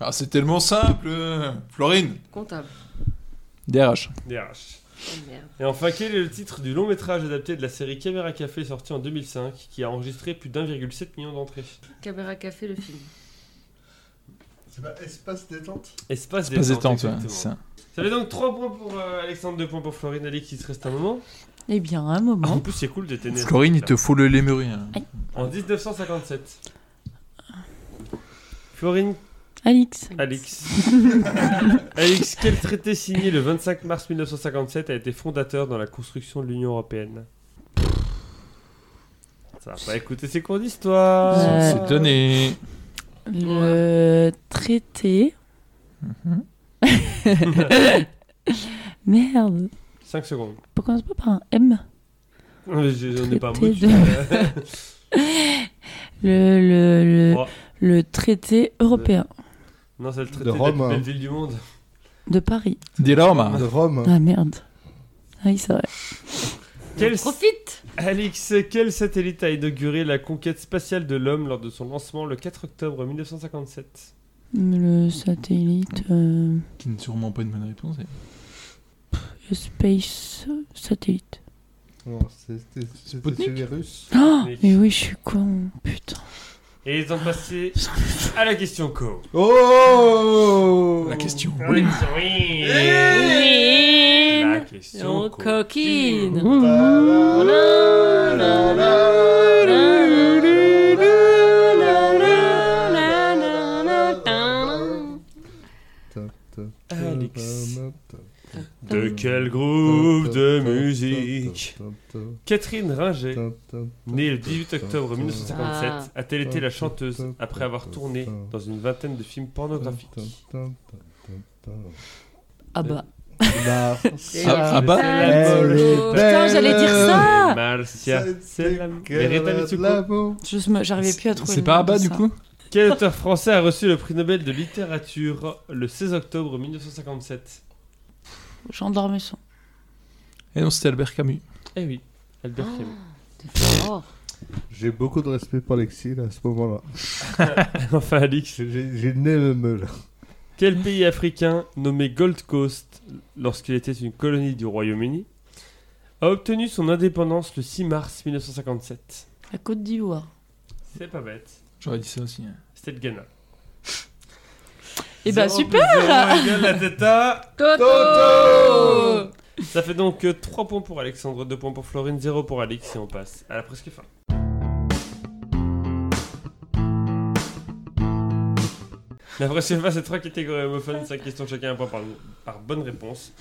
[SPEAKER 3] Ah, c'est tellement simple euh, Florine
[SPEAKER 5] Comptable.
[SPEAKER 3] DRH.
[SPEAKER 1] DRH.
[SPEAKER 5] Oh merde.
[SPEAKER 1] Et enfin, quel est le titre du long métrage adapté de la série Caméra Café sorti en 2005 qui a enregistré plus d'1,7 million d'entrées
[SPEAKER 5] Caméra Café, le film.
[SPEAKER 4] C'est pas espace détente
[SPEAKER 1] Espace
[SPEAKER 3] Pas
[SPEAKER 1] détente.
[SPEAKER 3] détente, ouais.
[SPEAKER 1] exactement.
[SPEAKER 3] c'est ça.
[SPEAKER 1] Ça fait donc 3 points pour euh, Alexandre, 2 points pour Florine, Alix, il se reste un moment.
[SPEAKER 2] Eh bien, un
[SPEAKER 3] Ah
[SPEAKER 1] En
[SPEAKER 2] moment.
[SPEAKER 1] plus, c'est cool de tenir.
[SPEAKER 3] Florine, il te faut le lémurien.
[SPEAKER 1] En 1957. Florine,
[SPEAKER 2] Alix.
[SPEAKER 1] Alix. Alix, quel traité signé le 25 mars 1957 a été fondateur dans la construction de l'Union Européenne Ça va pas écouter ses cours d'histoire
[SPEAKER 2] Euh,
[SPEAKER 3] C'est donné.
[SPEAKER 2] Le traité.
[SPEAKER 3] Mhm. Mm-hmm.
[SPEAKER 2] Merde.
[SPEAKER 1] 5 secondes.
[SPEAKER 2] Pourquoi on se pas par un M
[SPEAKER 1] Euh, je- J'en ai pas un mot.
[SPEAKER 2] Traité Le, le, le,
[SPEAKER 1] Oh.
[SPEAKER 2] le traité européen
[SPEAKER 1] Non, c'est le traité
[SPEAKER 4] De
[SPEAKER 1] de
[SPEAKER 4] Rome,
[SPEAKER 1] la plus
[SPEAKER 4] hein.
[SPEAKER 1] belle ville du monde.
[SPEAKER 2] de Paris.
[SPEAKER 3] Di Roma.
[SPEAKER 4] De Rome.
[SPEAKER 2] Ah merde. Ah oui, c'est vrai.
[SPEAKER 1] Quel
[SPEAKER 5] Profite
[SPEAKER 1] Alix, quel satellite a inauguré la conquête spatiale de l'homme lors de son lancement le 4 octobre 1957
[SPEAKER 2] Le satellite. euh,
[SPEAKER 3] Qui n'est sûrement pas une bonne réponse. eh. d'ailleurs.
[SPEAKER 2] le space satellite.
[SPEAKER 4] Non, c'était c'était
[SPEAKER 3] Spoutnik
[SPEAKER 4] chez les Russes.
[SPEAKER 2] Oh
[SPEAKER 1] Mais-
[SPEAKER 2] Mais oui, je suis con. Putain.
[SPEAKER 1] Et ils ont passé à la question co.
[SPEAKER 4] Oh
[SPEAKER 3] La question.
[SPEAKER 1] Ah, oui. Oui. La
[SPEAKER 5] Queen
[SPEAKER 1] question co.
[SPEAKER 5] coquine
[SPEAKER 1] Alix. De quel groupe de musique Catherine Ringer, née le 18 octobre 1957, a-t-elle été la chanteuse après avoir tourné dans une vingtaine de films pornographiques
[SPEAKER 2] Ah bah.
[SPEAKER 3] Euh, Ah, ah bah.
[SPEAKER 2] Putain, j'allais dire ça
[SPEAKER 1] Marcia, c'est la Merita
[SPEAKER 4] Merita
[SPEAKER 1] Mitsuko.
[SPEAKER 4] Mitsuko.
[SPEAKER 2] Je me- J'arrivais plus à trouver.
[SPEAKER 3] C'est
[SPEAKER 2] le
[SPEAKER 3] pas
[SPEAKER 2] nom
[SPEAKER 3] Abba
[SPEAKER 2] de
[SPEAKER 3] du
[SPEAKER 2] ça.
[SPEAKER 3] coup
[SPEAKER 1] Quel auteur français a reçu le prix Nobel de littérature le 16 octobre 1957
[SPEAKER 2] Jean d'Ormesson.
[SPEAKER 3] Et non, c'était Albert Camus.
[SPEAKER 1] Eh oui, Albert Camus.
[SPEAKER 5] Oh,
[SPEAKER 4] J'ai beaucoup de respect pour Alexis là, à ce moment-là.
[SPEAKER 1] enfin, Alix.
[SPEAKER 4] J'ai j'ai le nez le meule.
[SPEAKER 1] Quel pays africain, nommé Gold Coast lorsqu'il était une colonie du Royaume-Uni, a obtenu son indépendance le 6 mars 1957
[SPEAKER 2] La Côte d'Ivoire.
[SPEAKER 1] C'est pas bête.
[SPEAKER 3] J'aurais dit ça aussi. hein.
[SPEAKER 1] C'était le Ghana.
[SPEAKER 2] Eh bah,
[SPEAKER 1] Zéro
[SPEAKER 2] super
[SPEAKER 1] plus zéro égale la teta.
[SPEAKER 5] Toto
[SPEAKER 1] Ça fait donc 3 points pour Alexandre, 2 points pour Florine, 0 pour Alix et on passe à la presque fin. La presque fin, c'est 3 catégories homophones, 5 questions chacun, un point par, par bonne réponse.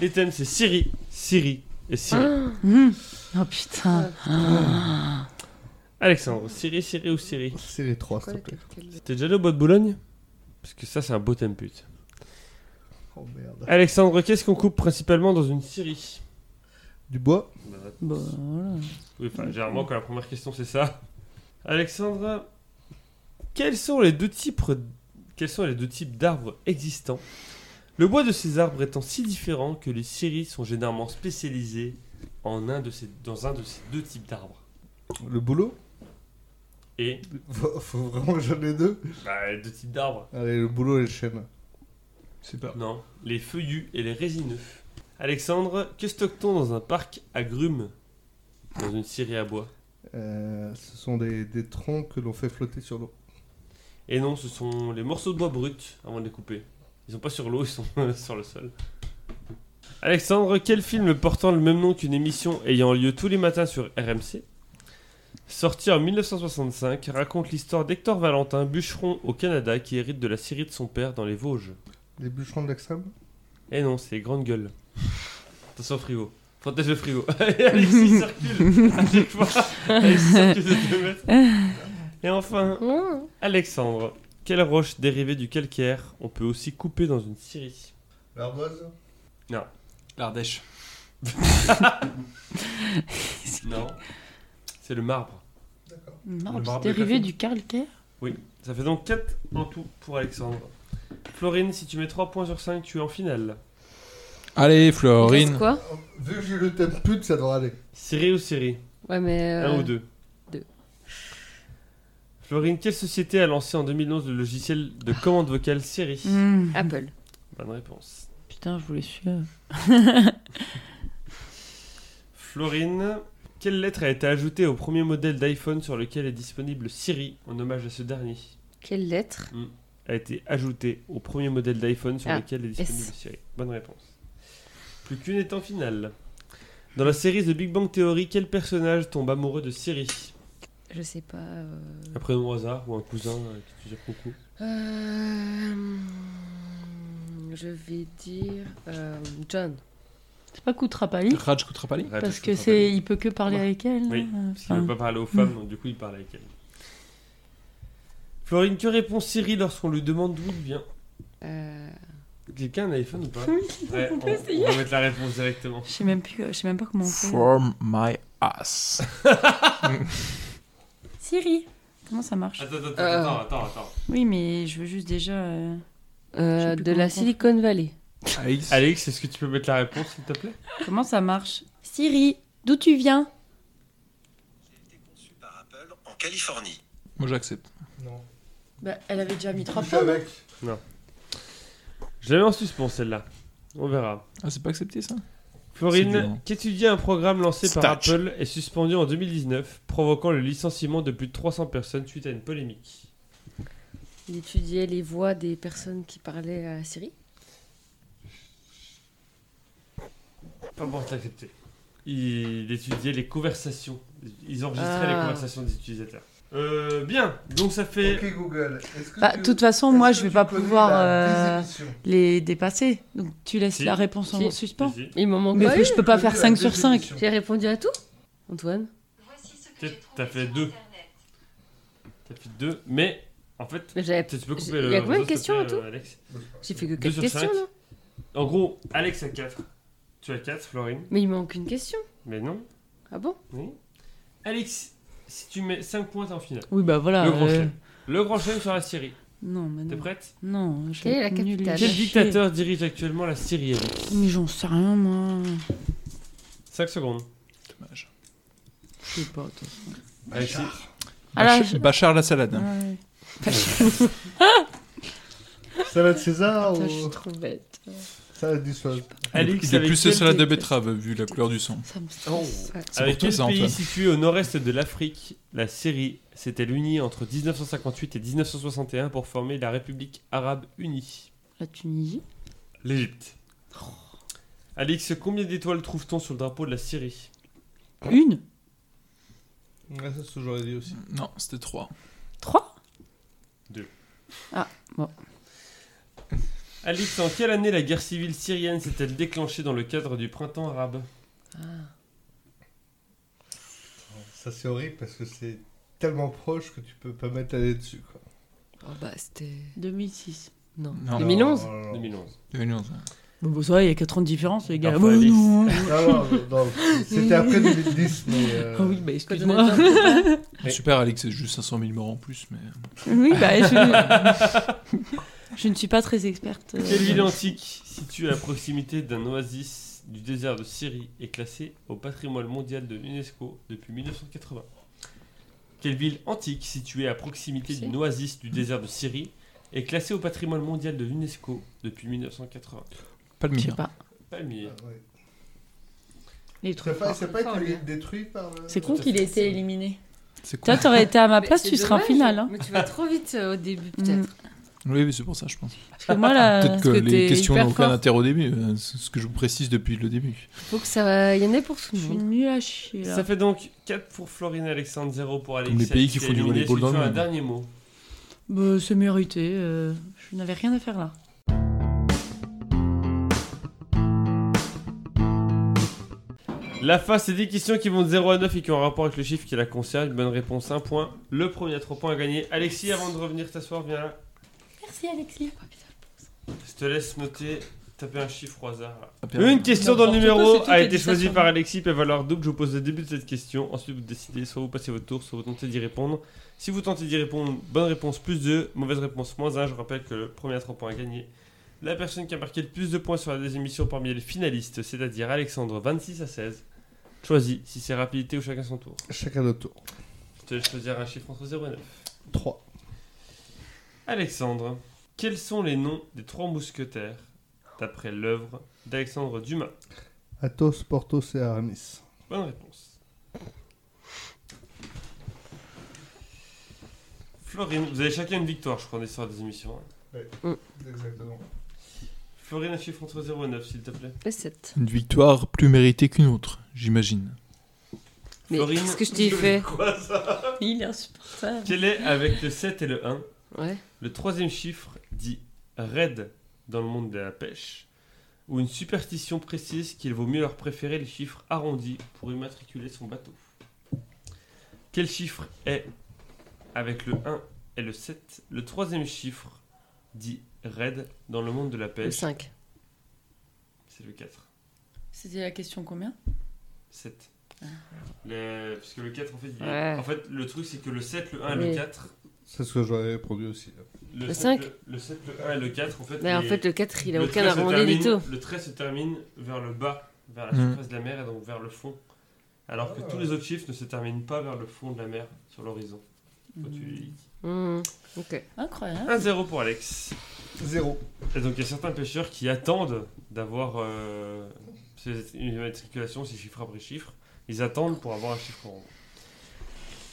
[SPEAKER 1] Les thèmes, c'est Siri, Siri et Siri.
[SPEAKER 5] Ah,
[SPEAKER 2] Mhm. Oh putain. Ah.
[SPEAKER 1] Alexandre, Siri, Siri ou Siri
[SPEAKER 4] C'est les trois, s'il
[SPEAKER 5] Quoi,
[SPEAKER 4] te
[SPEAKER 5] le
[SPEAKER 4] plaît.
[SPEAKER 5] cocktail
[SPEAKER 1] T'es déjà allé au bois de Boulogne Parce que ça, c'est un beau thème pute.
[SPEAKER 4] Oh merde.
[SPEAKER 1] Alexandre, qu'est-ce qu'on coupe principalement dans une Siri
[SPEAKER 4] Du bois
[SPEAKER 2] Bah, voilà.
[SPEAKER 1] Oui, enfin, généralement, quand la première question, c'est ça. Alexandre, quels sont les deux types, quels sont les deux types d'arbres existants Le bois de ces arbres étant si différent que les scieries sont généralement spécialisées en un de ces, dans un de ces deux types d'arbres.
[SPEAKER 4] Le boulot
[SPEAKER 1] Et,
[SPEAKER 4] faut, faut vraiment que j'en ai deux.
[SPEAKER 1] bah, les deux types d'arbres.
[SPEAKER 4] Allez, le boulot et le chêne.
[SPEAKER 3] C'est pas.
[SPEAKER 1] Non, les feuillus et les résineux. Alexandre, que stocke-t-on dans un parc à grumes Dans une scierie à bois
[SPEAKER 4] Euh, ce sont des, des troncs que l'on fait flotter sur l'eau.
[SPEAKER 1] Et non, ce sont les morceaux de bois bruts avant de les couper. Ils sont pas sur l'eau, ils sont euh, sur le sol. Alexandre, quel film portant le même nom qu'une émission ayant lieu tous les matins sur RMC, sorti en 1965, raconte l'histoire d'Hector Valentin, bûcheron au Canada qui hérite de la scierie de son père dans les Vosges
[SPEAKER 4] Les bûcherons de l'Axam
[SPEAKER 1] Eh non, c'est Grande Gueule. Attention au frigo. Protège le frigo. Et Alexis circule à chaque fois. Alexis circule de deux mètres. Et enfin,
[SPEAKER 5] Mmh.
[SPEAKER 1] Alexandre, quelle roche dérivée du calcaire on peut aussi couper dans une scierie
[SPEAKER 4] L'ardoise
[SPEAKER 3] L'Ardèche.
[SPEAKER 1] Non. C'est le marbre.
[SPEAKER 2] Non,
[SPEAKER 1] Le
[SPEAKER 2] c'est
[SPEAKER 1] marbre
[SPEAKER 2] dérivé
[SPEAKER 1] café.
[SPEAKER 2] du calcaire.
[SPEAKER 1] Ça fait donc 4 en tout pour Alexandre. Florine, si tu mets 3 points sur 5, tu es en finale.
[SPEAKER 3] Allez,
[SPEAKER 5] C'est
[SPEAKER 3] Florine.
[SPEAKER 5] quoi
[SPEAKER 4] Oh, Vu que j'ai le thème pute, ça devrait aller.
[SPEAKER 5] Euh,
[SPEAKER 1] Scierie ou scierie
[SPEAKER 5] Ouais, mais. euh,
[SPEAKER 1] Un ou deux
[SPEAKER 5] deux.
[SPEAKER 1] Florine, quelle société a lancé en 2011 le logiciel de commande vocale Siri
[SPEAKER 2] Hmm.
[SPEAKER 5] Apple.
[SPEAKER 1] Bonne réponse.
[SPEAKER 2] Putain, je voulais celui-là.
[SPEAKER 1] Florine, quelle lettre a été ajoutée au premier modèle d'iPhone sur lequel est disponible Siri en hommage à ce dernier
[SPEAKER 5] Quelle lettre
[SPEAKER 1] A été ajoutée au premier modèle d'iPhone sur
[SPEAKER 5] Ah,
[SPEAKER 1] lequel est disponible
[SPEAKER 5] S.
[SPEAKER 1] Siri. Bonne réponse. Plus qu'une est en finale. Dans la série The Big Bang Theory, quel personnage tombe amoureux de Siri
[SPEAKER 5] Je sais pas. euh,
[SPEAKER 1] Un prénom au hasard ou un cousin euh, qui te dire coucou
[SPEAKER 5] euh, Je vais dire euh, John.
[SPEAKER 2] C'est pas Koutrapali
[SPEAKER 1] Ah,
[SPEAKER 3] Raj Kutrapali
[SPEAKER 2] Parce que c'est, il peut que parler
[SPEAKER 1] Ouais.
[SPEAKER 2] avec elle.
[SPEAKER 1] Oui,
[SPEAKER 2] hein,
[SPEAKER 1] Parce qu'il ne
[SPEAKER 2] enfin.
[SPEAKER 1] veut pas parler aux femmes, donc du coup il parle avec elle. Florine, que répond Siri lorsqu'on lui demande d'où il vient
[SPEAKER 5] Euh,
[SPEAKER 1] Quelqu'un a un iPhone ou pas ouais, on, on va mettre la réponse directement.
[SPEAKER 2] Je sais même plus, je sais même pas comment on fait.
[SPEAKER 3] From my ass.
[SPEAKER 2] Siri. Comment ça marche
[SPEAKER 1] Attends, attends,
[SPEAKER 5] Euh.
[SPEAKER 1] attends, attends, attends.
[SPEAKER 2] Oui, mais je veux juste déjà. euh,
[SPEAKER 5] euh,
[SPEAKER 2] Je sais plus
[SPEAKER 5] de
[SPEAKER 2] comment on
[SPEAKER 5] la
[SPEAKER 2] fait.
[SPEAKER 5] Silicon Valley.
[SPEAKER 1] Alex, est-ce que tu peux mettre la réponse s'il te plaît
[SPEAKER 2] Comment ça marche Siri, d'où tu viens
[SPEAKER 6] conçu par Apple en Californie.
[SPEAKER 3] Moi j'accepte.
[SPEAKER 4] Non.
[SPEAKER 2] Bah, Elle avait déjà mis trois
[SPEAKER 4] Je suis avec.
[SPEAKER 1] Je la mets en suspens celle-là. On verra.
[SPEAKER 3] Ah, c'est pas accepté ça C'est dur,
[SPEAKER 1] Florine,
[SPEAKER 3] hein.
[SPEAKER 1] qu'étudie un programme lancé par
[SPEAKER 3] Starch.
[SPEAKER 1] Apple est suspendu en 2019, provoquant le licenciement de plus de 300 personnes suite à une polémique
[SPEAKER 5] Il étudiait les voix des personnes qui parlaient à Siri.
[SPEAKER 1] Pas bon, t'as accepté. Il étudiait les conversations. Ils enregistraient
[SPEAKER 5] Ah.
[SPEAKER 1] les conversations des utilisateurs. Euh, bien, donc ça fait.
[SPEAKER 4] Ok Google. Est-ce que
[SPEAKER 2] Bah,
[SPEAKER 4] tu-
[SPEAKER 2] de toute façon,
[SPEAKER 4] est-ce
[SPEAKER 2] moi,
[SPEAKER 4] que
[SPEAKER 2] je vais
[SPEAKER 4] tu
[SPEAKER 2] pas
[SPEAKER 4] connais
[SPEAKER 2] pouvoir
[SPEAKER 4] la
[SPEAKER 2] euh,
[SPEAKER 4] définition
[SPEAKER 2] les dépasser. Donc, tu laisses
[SPEAKER 1] Si.
[SPEAKER 2] la réponse en
[SPEAKER 5] Si.
[SPEAKER 2] suspens.
[SPEAKER 1] Vas-y.
[SPEAKER 5] Il m'en manque
[SPEAKER 2] Mais
[SPEAKER 5] pas
[SPEAKER 2] je peux pas faire
[SPEAKER 4] La
[SPEAKER 2] 5 sur 5.
[SPEAKER 4] définition.
[SPEAKER 5] une. J'ai répondu à tout Antoine
[SPEAKER 1] T'as fait deux. T'as fait deux, mais en fait.
[SPEAKER 5] Mais j'avais-
[SPEAKER 1] Tu peux couper
[SPEAKER 5] J'ai-
[SPEAKER 1] le.
[SPEAKER 5] Euh, y a combien
[SPEAKER 1] réseau, s'il
[SPEAKER 5] de
[SPEAKER 1] te
[SPEAKER 5] questions
[SPEAKER 1] plaît, euh, Alex.
[SPEAKER 5] J'ai fait que
[SPEAKER 1] Deux
[SPEAKER 5] 4
[SPEAKER 1] sur
[SPEAKER 5] questions,
[SPEAKER 1] cinq.
[SPEAKER 5] non
[SPEAKER 1] En gros, Alex a 4. Tu as 4, Florine.
[SPEAKER 5] Mais il manque une question.
[SPEAKER 1] Mais non.
[SPEAKER 5] Ah bon
[SPEAKER 1] Oui. Alex, si tu mets 5 points, t'es en finale.
[SPEAKER 2] Oui, bah
[SPEAKER 5] Ah,
[SPEAKER 2] voilà.
[SPEAKER 1] Le grand
[SPEAKER 2] euh,
[SPEAKER 1] chelem. Le grand chelem sur la Syrie.
[SPEAKER 2] Non, mais
[SPEAKER 1] T'es
[SPEAKER 2] non.
[SPEAKER 1] prête
[SPEAKER 2] Non, je
[SPEAKER 5] Quelle est la
[SPEAKER 2] suis nulle.
[SPEAKER 5] capitale
[SPEAKER 1] Quel
[SPEAKER 5] J'ai
[SPEAKER 1] dictateur dirige actuellement la Syrie
[SPEAKER 2] Mais j'en sais rien, moi.
[SPEAKER 1] 5 secondes.
[SPEAKER 3] Dommage.
[SPEAKER 2] Je sais pas. toi.
[SPEAKER 1] Alexis.
[SPEAKER 2] Ah là,
[SPEAKER 3] Bachar,
[SPEAKER 2] je-
[SPEAKER 3] Bachar la salade.
[SPEAKER 2] Ouais.
[SPEAKER 4] Salade César
[SPEAKER 5] Putain, je
[SPEAKER 1] Oh.
[SPEAKER 5] suis
[SPEAKER 4] ou
[SPEAKER 5] trop bête.
[SPEAKER 4] salade niçoise
[SPEAKER 1] Alex,
[SPEAKER 3] il est
[SPEAKER 1] avec
[SPEAKER 3] plus la
[SPEAKER 1] quel-
[SPEAKER 3] salade de betterave vu la couleur du sang.
[SPEAKER 2] Ça me
[SPEAKER 1] Oh.
[SPEAKER 2] stresse.
[SPEAKER 3] C'est
[SPEAKER 1] Avec
[SPEAKER 3] pour toi
[SPEAKER 1] quel
[SPEAKER 3] ça
[SPEAKER 1] pays
[SPEAKER 3] Antoine.
[SPEAKER 1] situé au nord-est de l'Afrique, la Syrie s'est-elle unie entre 1958 et 1961 pour former la République arabe unie
[SPEAKER 2] La Tunisie.
[SPEAKER 1] L'Égypte.
[SPEAKER 3] Oh.
[SPEAKER 1] Alex, combien d'étoiles trouve-t-on sur le drapeau de la Syrie
[SPEAKER 2] Une
[SPEAKER 4] Ouais, c'est ce que j'aurais dit aussi.
[SPEAKER 3] Non, c'était 3.
[SPEAKER 2] Trois
[SPEAKER 1] Alex, en quelle année la guerre civile syrienne s'est-elle déclenchée dans le cadre du printemps arabe
[SPEAKER 4] Ça c'est horrible parce que c'est tellement proche que tu peux pas m'étaler dessus. Quoi.
[SPEAKER 5] Oh bah c'était...
[SPEAKER 2] 2006.
[SPEAKER 5] Non.
[SPEAKER 3] Non.
[SPEAKER 5] 2011
[SPEAKER 4] Non, non, non.
[SPEAKER 1] 2011.
[SPEAKER 2] Bon, bon, ça va, il y a 4 ans de différence, les gars.
[SPEAKER 1] Enfin,
[SPEAKER 2] Oh,
[SPEAKER 1] Alex.
[SPEAKER 2] non.
[SPEAKER 4] Non, non, non, non. C'était après 2010, mais. euh,
[SPEAKER 2] Ah oui, bah
[SPEAKER 5] Quand on
[SPEAKER 2] excuse-moi.
[SPEAKER 5] était en-
[SPEAKER 3] Super Alex, c'est juste 500 000 morts en plus, mais
[SPEAKER 2] Oui, bah je... je ne suis pas très experte. euh,
[SPEAKER 1] Quelle ville antique située à proximité d'un oasis du désert de Syrie est classée au patrimoine mondial de l'UNESCO depuis 1980 Quelle ville antique située à proximité d'une oasis du désert de Syrie est classée au patrimoine mondial de l'UNESCO depuis 1980
[SPEAKER 3] pas le
[SPEAKER 2] Je sais
[SPEAKER 3] mien.
[SPEAKER 2] pas.
[SPEAKER 1] Palmyre.
[SPEAKER 4] ah, ouais.
[SPEAKER 2] Les
[SPEAKER 4] Ça a
[SPEAKER 2] trucs.
[SPEAKER 4] pas, ça a pas
[SPEAKER 5] Fort,
[SPEAKER 4] été
[SPEAKER 5] lui.
[SPEAKER 4] détruit par euh, le.
[SPEAKER 2] Oh, C'est con
[SPEAKER 1] Tout à qu'il
[SPEAKER 2] qu'il
[SPEAKER 1] fait.
[SPEAKER 2] ait
[SPEAKER 1] ait été
[SPEAKER 2] été éliminé.
[SPEAKER 3] C'est quoi
[SPEAKER 2] Toi, t'aurais été à ma
[SPEAKER 5] Mais
[SPEAKER 2] place,
[SPEAKER 5] c'est
[SPEAKER 2] tu serais en
[SPEAKER 5] dommage,
[SPEAKER 2] finale. Hein. Mm.
[SPEAKER 5] Mais tu vas trop vite euh, au début, peut-être.
[SPEAKER 3] Oui, oui, c'est pour ça, je pense.
[SPEAKER 2] Parce Euh, que moi, là,
[SPEAKER 3] Peut-être que,
[SPEAKER 5] que
[SPEAKER 3] les
[SPEAKER 5] t'es
[SPEAKER 3] questions
[SPEAKER 5] hyper
[SPEAKER 3] n'ont aucun
[SPEAKER 5] fort.
[SPEAKER 3] intérêt au début, euh, c'est ce que je vous précise depuis le début.
[SPEAKER 5] Faut que ça... Il y en ait pour tout
[SPEAKER 2] je
[SPEAKER 5] le
[SPEAKER 2] suis
[SPEAKER 5] monde.
[SPEAKER 2] nulle à chier. là.
[SPEAKER 1] Ça fait donc 4 pour Florine Alexandre, 0 pour Alex.
[SPEAKER 3] Comme les pays qui
[SPEAKER 1] Alexis
[SPEAKER 3] font du
[SPEAKER 1] éliminé.
[SPEAKER 3] volleyball
[SPEAKER 1] Est-ce que
[SPEAKER 3] dans
[SPEAKER 1] tu
[SPEAKER 3] le
[SPEAKER 1] as un
[SPEAKER 3] monde.
[SPEAKER 1] dernier mot.
[SPEAKER 2] Bah, c'est mérité. euh, Je n'avais rien à faire là.
[SPEAKER 1] La face, c'est des questions qui vont de 0 à 9 et qui ont un rapport avec le chiffre qui la concerne. Une bonne réponse, 1 point. Le premier à 3 points à gagner. Alexis, avant de revenir t'asseoir, viens là.
[SPEAKER 5] Merci, Alexis.
[SPEAKER 1] Je te laisse noter, taper un chiffre au hasard. là.
[SPEAKER 3] Ah, merde.
[SPEAKER 1] Une question dans le
[SPEAKER 2] N'importe quoi, c'est
[SPEAKER 1] numéro
[SPEAKER 2] tout
[SPEAKER 1] a
[SPEAKER 2] est
[SPEAKER 1] été
[SPEAKER 2] dit, ça
[SPEAKER 1] choisie
[SPEAKER 2] sur
[SPEAKER 1] par
[SPEAKER 2] moi.
[SPEAKER 1] Alexis, peut valoir double. Je vous pose le début de cette question. Ensuite, vous décidez soit vous passez votre tour, soit vous tentez d'y répondre. Si vous tentez d'y répondre, bonne réponse plus 2, mauvaise réponse moins 1. Je rappelle que le premier à 3 points à gagner. La personne qui a marqué le plus de points sur la deuxième émission parmi les finalistes, c'est-à-dire Alexandre 26 à 16, choisit si c'est rapidité ou chacun son tour.
[SPEAKER 4] Chacun notre tour.
[SPEAKER 1] Je te laisse choisir un chiffre entre 0 et 9.
[SPEAKER 4] 3.
[SPEAKER 1] Alexandre, quels sont les noms des trois mousquetaires d'après l'œuvre d'Alexandre Dumas
[SPEAKER 4] Athos, Porthos et Aramis.
[SPEAKER 1] Bonne réponse. Florine, vous avez chacun une victoire, je crois, en histoire des émissions. hein.
[SPEAKER 4] Exactement.
[SPEAKER 1] Florine, un chiffre entre 0 et 9, s'il te plaît.
[SPEAKER 5] Le 7.
[SPEAKER 3] Une victoire plus méritée qu'une autre, j'imagine.
[SPEAKER 5] Mais
[SPEAKER 1] Florine,
[SPEAKER 5] qu'est-ce que je t'ai fait
[SPEAKER 1] Quoi ça
[SPEAKER 2] Il est insupportable.
[SPEAKER 1] Quel est, avec le 7 et le 1,
[SPEAKER 5] Ouais.
[SPEAKER 1] le troisième chiffre dit raid dans le monde de la pêche ou une superstition précise qu'il vaut mieux leur préférer les chiffres arrondis pour immatriculer son bateau Quel chiffre est, avec le 1 et le 7, le troisième chiffre dit raid dans le monde de la
[SPEAKER 5] Le
[SPEAKER 1] pêche
[SPEAKER 5] 5.
[SPEAKER 1] C'est le 4.
[SPEAKER 2] C'était la question combien
[SPEAKER 1] 7. Le- Parce que le 4, en fait, il-
[SPEAKER 5] Ah. Ouais.
[SPEAKER 1] en fait, le truc, c'est que le 7, le 1 et le
[SPEAKER 5] Oui.
[SPEAKER 1] 4.
[SPEAKER 4] C'est ce que j'aurais produit aussi.
[SPEAKER 1] Le,
[SPEAKER 5] Le
[SPEAKER 1] 7,
[SPEAKER 5] cinq.
[SPEAKER 1] Le, le 7, le 1 et le 4, en fait.
[SPEAKER 5] Mais en
[SPEAKER 1] les-
[SPEAKER 5] fait, le 4, il a
[SPEAKER 1] le
[SPEAKER 5] aucun
[SPEAKER 1] trait se
[SPEAKER 5] arrondi du tout.
[SPEAKER 1] termine- Le trait se termine vers le bas, vers la
[SPEAKER 3] Mm.
[SPEAKER 1] surface de la mer et donc vers le fond. Alors que
[SPEAKER 4] Ah.
[SPEAKER 1] tous les autres chiffres ne se terminent pas vers le fond de la mer, sur l'horizon. Quand tu les lis.
[SPEAKER 5] Mmh. Ok.
[SPEAKER 2] Incroyable.
[SPEAKER 1] 1-0 pour Alex.
[SPEAKER 4] 0.
[SPEAKER 1] Et donc il y a certains pêcheurs qui attendent d'avoir euh, ces immatriculations, ces chiffres après chiffres. Ils attendent pour avoir un chiffre rond.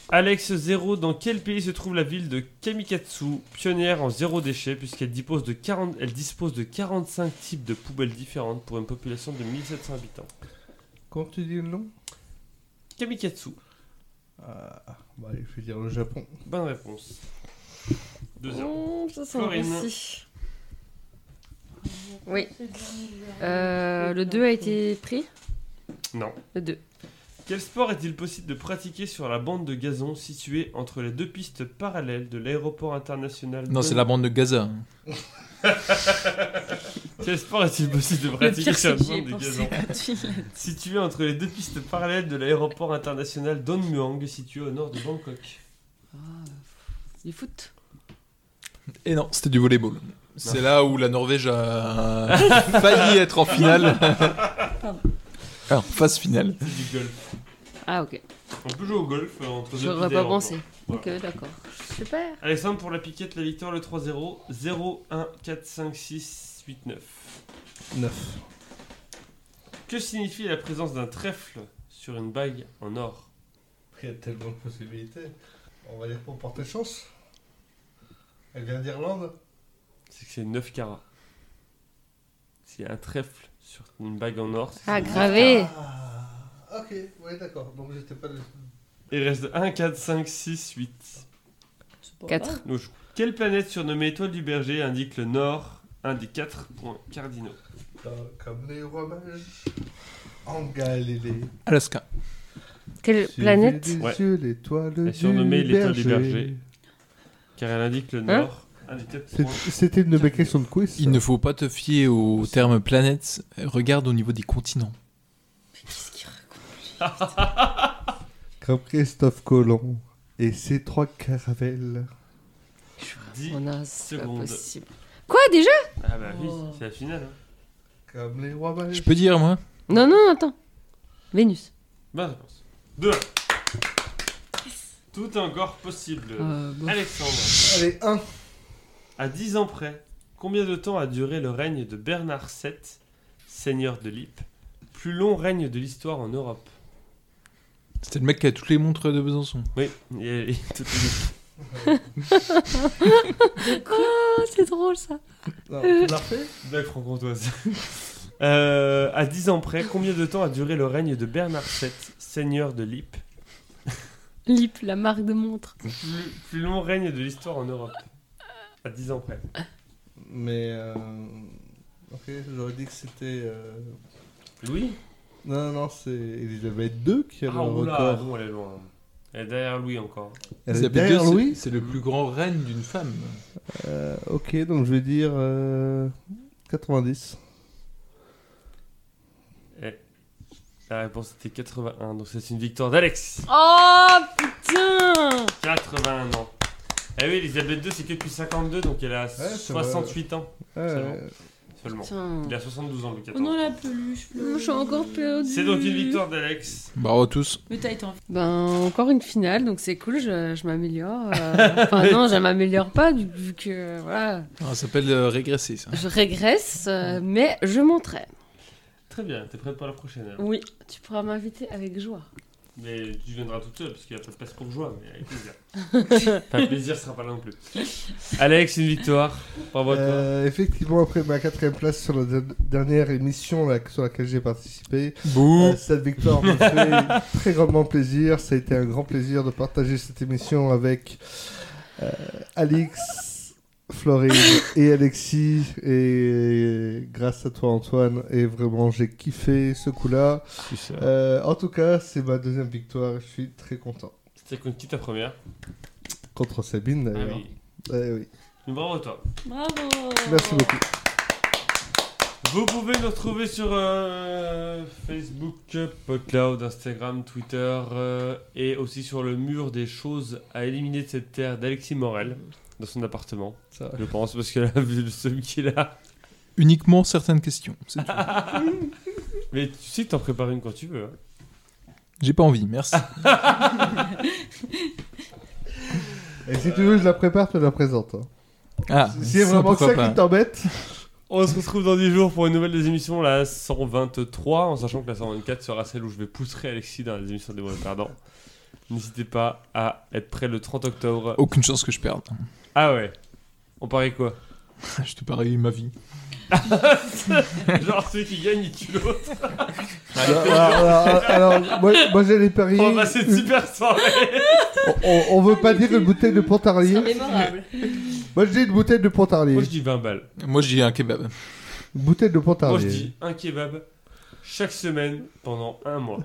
[SPEAKER 1] Alex 0, dans quel pays se trouve la ville de Kamikatsu, pionnière en zéro déchet, puisqu'elle dispose, de 40 elle dispose de 45 types de poubelles différentes pour une population de 1700 habitants
[SPEAKER 4] Comment tu dis le nom
[SPEAKER 1] Kamikatsu,
[SPEAKER 4] Ah, bah, Je vais dire le Japon.
[SPEAKER 1] bonne réponse. 2-0.
[SPEAKER 5] Mmh, ça sent
[SPEAKER 1] Florine.
[SPEAKER 5] bon aussi. Oui. Euh, le 2 a été pris
[SPEAKER 1] Non.
[SPEAKER 5] Le 2.
[SPEAKER 1] Quel sport est-il possible de pratiquer sur la bande de gazon située entre les deux pistes parallèles de l'aéroport international
[SPEAKER 3] Non, c'est
[SPEAKER 1] Don-
[SPEAKER 3] la bande de Gaza.
[SPEAKER 1] Quel sport est-il possible de
[SPEAKER 2] Le
[SPEAKER 1] pratiquer
[SPEAKER 2] pire,
[SPEAKER 1] sur la
[SPEAKER 2] c'est que j'y ai
[SPEAKER 1] bande de
[SPEAKER 2] pensé
[SPEAKER 1] gazon
[SPEAKER 2] quand tu l'as dit.
[SPEAKER 1] Situé entre les deux pistes parallèles de l'aéroport international Don Muang, situé au nord de Bangkok.
[SPEAKER 5] Du foot.
[SPEAKER 3] Et non, c'était du volleyball. C'est là où la Norvège a failli être en finale.
[SPEAKER 2] Pardon.
[SPEAKER 3] Alors, phase finale.
[SPEAKER 1] C'est du golf.
[SPEAKER 5] Ah, ok.
[SPEAKER 1] On peut jouer au golf euh, entre deux pistes
[SPEAKER 5] J'aurais pas
[SPEAKER 1] d'aéroport.
[SPEAKER 5] pensé.
[SPEAKER 1] Voilà.
[SPEAKER 5] Ok, d'accord. Super.
[SPEAKER 1] Alexandre pour la piquette, la victoire, le 3-0. 0, 1, 4, 5, 6, 8, 9.
[SPEAKER 4] 9.
[SPEAKER 1] Que signifie la présence d'un trèfle sur une bague en or
[SPEAKER 4] Il y a tellement de possibilités. On va dire pour porter chance. Elle vient d'Irlande.
[SPEAKER 1] C'est que c'est 9 carats. S'il y a un trèfle sur une bague en or, c'est que
[SPEAKER 5] Ah,
[SPEAKER 1] c'est-
[SPEAKER 2] Eh.
[SPEAKER 5] gravé.
[SPEAKER 4] Ah, ok, ouais, d'accord. Donc j'étais pas le.
[SPEAKER 1] il reste 1, 4, 5, 6, 8.
[SPEAKER 2] C'est pas
[SPEAKER 5] 4.
[SPEAKER 2] mal.
[SPEAKER 1] Nous jouons. Quelle planète surnommée Étoile du Berger indique le nord, un des quatre points cardinaux
[SPEAKER 4] Dans- Bah, Comme les rois mages. En Galilée.
[SPEAKER 3] Alaska.
[SPEAKER 2] Euh,
[SPEAKER 5] Quelle
[SPEAKER 4] J'ai
[SPEAKER 5] planète
[SPEAKER 4] vu des
[SPEAKER 1] Ouais.
[SPEAKER 4] yeux l'étoile
[SPEAKER 1] est
[SPEAKER 4] du
[SPEAKER 1] surnommée l'étoile du berger. Car elle indique le
[SPEAKER 5] Hein
[SPEAKER 1] nord, un des quatre
[SPEAKER 4] C'est-
[SPEAKER 1] points.
[SPEAKER 4] C'était une de mes questions de quiz. ça.
[SPEAKER 3] Il ne faut pas te fier au terme planète. Regarde au niveau des continents.
[SPEAKER 2] Qu'est-ce qu'il raconte
[SPEAKER 4] Comme Christophe Colomb et ses trois caravelles.
[SPEAKER 1] 10
[SPEAKER 5] Oh non, c'est pas
[SPEAKER 1] secondes.
[SPEAKER 5] possible. Quoi, déjà
[SPEAKER 1] Ah bah oui,
[SPEAKER 2] Oh.
[SPEAKER 1] c'est la finale. hein.
[SPEAKER 4] Comme les rois mages.
[SPEAKER 3] Je peux dire, moi
[SPEAKER 5] Non, non, attends. Vénus.
[SPEAKER 1] Bonne réponse. 2 Tout est encore possible.
[SPEAKER 5] Euh, bon.
[SPEAKER 1] Alexandre,
[SPEAKER 4] Allez, un.
[SPEAKER 1] à 10 ans près, combien de temps a duré le règne de Bernard VII, seigneur de Lippe, plus long règne de l'histoire en Europe
[SPEAKER 3] C'était le mec qui a toutes les montres de Besançon.
[SPEAKER 4] Euh,
[SPEAKER 1] Oui, et- et toutes les-
[SPEAKER 5] Ah, c'est drôle ça.
[SPEAKER 4] Non, tu l'as refait
[SPEAKER 1] Blague franc-comtoise. Euh, à 10 ans près, combien de temps a duré le règne de Bernard VII, seigneur de Lippe
[SPEAKER 5] Lip, la marque de montre.
[SPEAKER 1] plus, plus long règne de l'histoire en Europe. À 10 ans près.
[SPEAKER 4] Mais. euh, Ok, j'aurais dit que c'était. euh,
[SPEAKER 1] Louis
[SPEAKER 4] Non, non, c'est Elisabeth II qui a le
[SPEAKER 1] Ah oula,
[SPEAKER 4] record.
[SPEAKER 1] non, elle est loin. Elle est derrière Louis encore.
[SPEAKER 4] Elle est derrière Louis
[SPEAKER 3] C'est le plus grand règne d'une femme.
[SPEAKER 4] Euh, Ok, donc je vais dire euh, 90.
[SPEAKER 1] La réponse était 81, donc c'est une victoire d'Alex.
[SPEAKER 5] Oh putain
[SPEAKER 1] 81 ans. Eh Ah oui, Elisabeth II, c'est que depuis 52, donc elle a
[SPEAKER 4] c'est
[SPEAKER 1] 68 ans.
[SPEAKER 4] Ouais,
[SPEAKER 1] C'est bon. seulement.
[SPEAKER 5] Putain.
[SPEAKER 1] Il a 72 ans, Louis
[SPEAKER 2] Oh non,
[SPEAKER 1] XIV.
[SPEAKER 2] la peluche. Flo.
[SPEAKER 5] Moi, je suis encore perdue.
[SPEAKER 1] C'est donc une victoire d'Alex.
[SPEAKER 3] Bravo à Bah, oh, tous.
[SPEAKER 2] Mais t'as été en
[SPEAKER 5] Ben, encore une finale, donc c'est cool, je, je m'améliore. euh, Enfin, non, je m'améliore pas, du- vu que voilà,
[SPEAKER 3] Ah, ça s'appelle euh, régresser, ça.
[SPEAKER 5] je régresse, euh, mais je m'entraîne.
[SPEAKER 1] Très bien, t'es prête pour la prochaine alors.
[SPEAKER 5] Oui, tu pourras m'inviter avec joie.
[SPEAKER 1] Mais tu viendras toute seule parce qu'il n'y a pas de place pour joie, mais avec plaisir. enfin, plaisir sera pas là non plus. Alex, une victoire. Bravo à toi.
[SPEAKER 4] Euh, effectivement, après ma quatrième place sur la de- dernière émission là, sur laquelle j'ai participé,
[SPEAKER 3] Bouh.
[SPEAKER 4] euh, cette victoire me fait très grandement plaisir. Ça a été un grand plaisir de partager cette émission avec euh, Alix, Florine et Alexis. Et grâce à toi, Antoine, et vraiment, j'ai kiffé ce coup-là. Euh, en tout cas, c'est ma deuxième victoire. Je suis très content.
[SPEAKER 1] C'était qu'on quitte ta première.
[SPEAKER 4] Contre Sabine,
[SPEAKER 1] Ah
[SPEAKER 4] d'ailleurs.
[SPEAKER 1] oui.
[SPEAKER 4] Eh oui.
[SPEAKER 1] Mais Bravo à toi.
[SPEAKER 2] Bravo.
[SPEAKER 4] Merci beaucoup.
[SPEAKER 1] Vous pouvez nous retrouver sur euh, Facebook, PodCloud, Instagram, Twitter euh, et aussi sur le mur des choses à éliminer de cette terre d'Alexis Morel dans son appartement.
[SPEAKER 4] Ça va.
[SPEAKER 1] Je pense parce qu'elle a vu celui qu'il a.
[SPEAKER 3] Uniquement certaines questions. c'est tout.
[SPEAKER 1] Mais tu sais que t'en prépares une quand tu veux. hein.
[SPEAKER 3] J'ai pas envie, merci.
[SPEAKER 4] Et si tu veux, je la prépare, tu la présente. hein.
[SPEAKER 3] Ah,
[SPEAKER 4] Si c'est vraiment
[SPEAKER 3] pourquoi
[SPEAKER 4] ça
[SPEAKER 3] pas.
[SPEAKER 4] qui t'embête,
[SPEAKER 1] On se retrouve dans 10 jours pour une nouvelle des émissions, la 123, en sachant que la 124 sera celle où je vais pousser Alexis dans les émissions des mauvais perdants. N'hésitez pas à être prêt le 30 octobre.
[SPEAKER 3] Aucune chance que je perde.
[SPEAKER 1] Ah ouais, on parie quoi
[SPEAKER 3] Je te parie ma vie.
[SPEAKER 1] Genre celui qui gagne, il tue l'autre.
[SPEAKER 4] Alors, alors, alors, moi, moi, j'ai les paris.
[SPEAKER 1] On va passer une Oh, bah, super soirée.
[SPEAKER 4] On- on, on veut pas dire une bouteille de Pontarlier.
[SPEAKER 5] Mémorable.
[SPEAKER 4] Oh. Moi, je dis une bouteille de Pontarlier.
[SPEAKER 1] Moi je dis 20 balles.
[SPEAKER 3] Moi, j'ai un kebab.
[SPEAKER 4] Une bouteille de
[SPEAKER 1] Moi je
[SPEAKER 4] Pontarlier.
[SPEAKER 1] dis un kebab chaque semaine pendant un mois.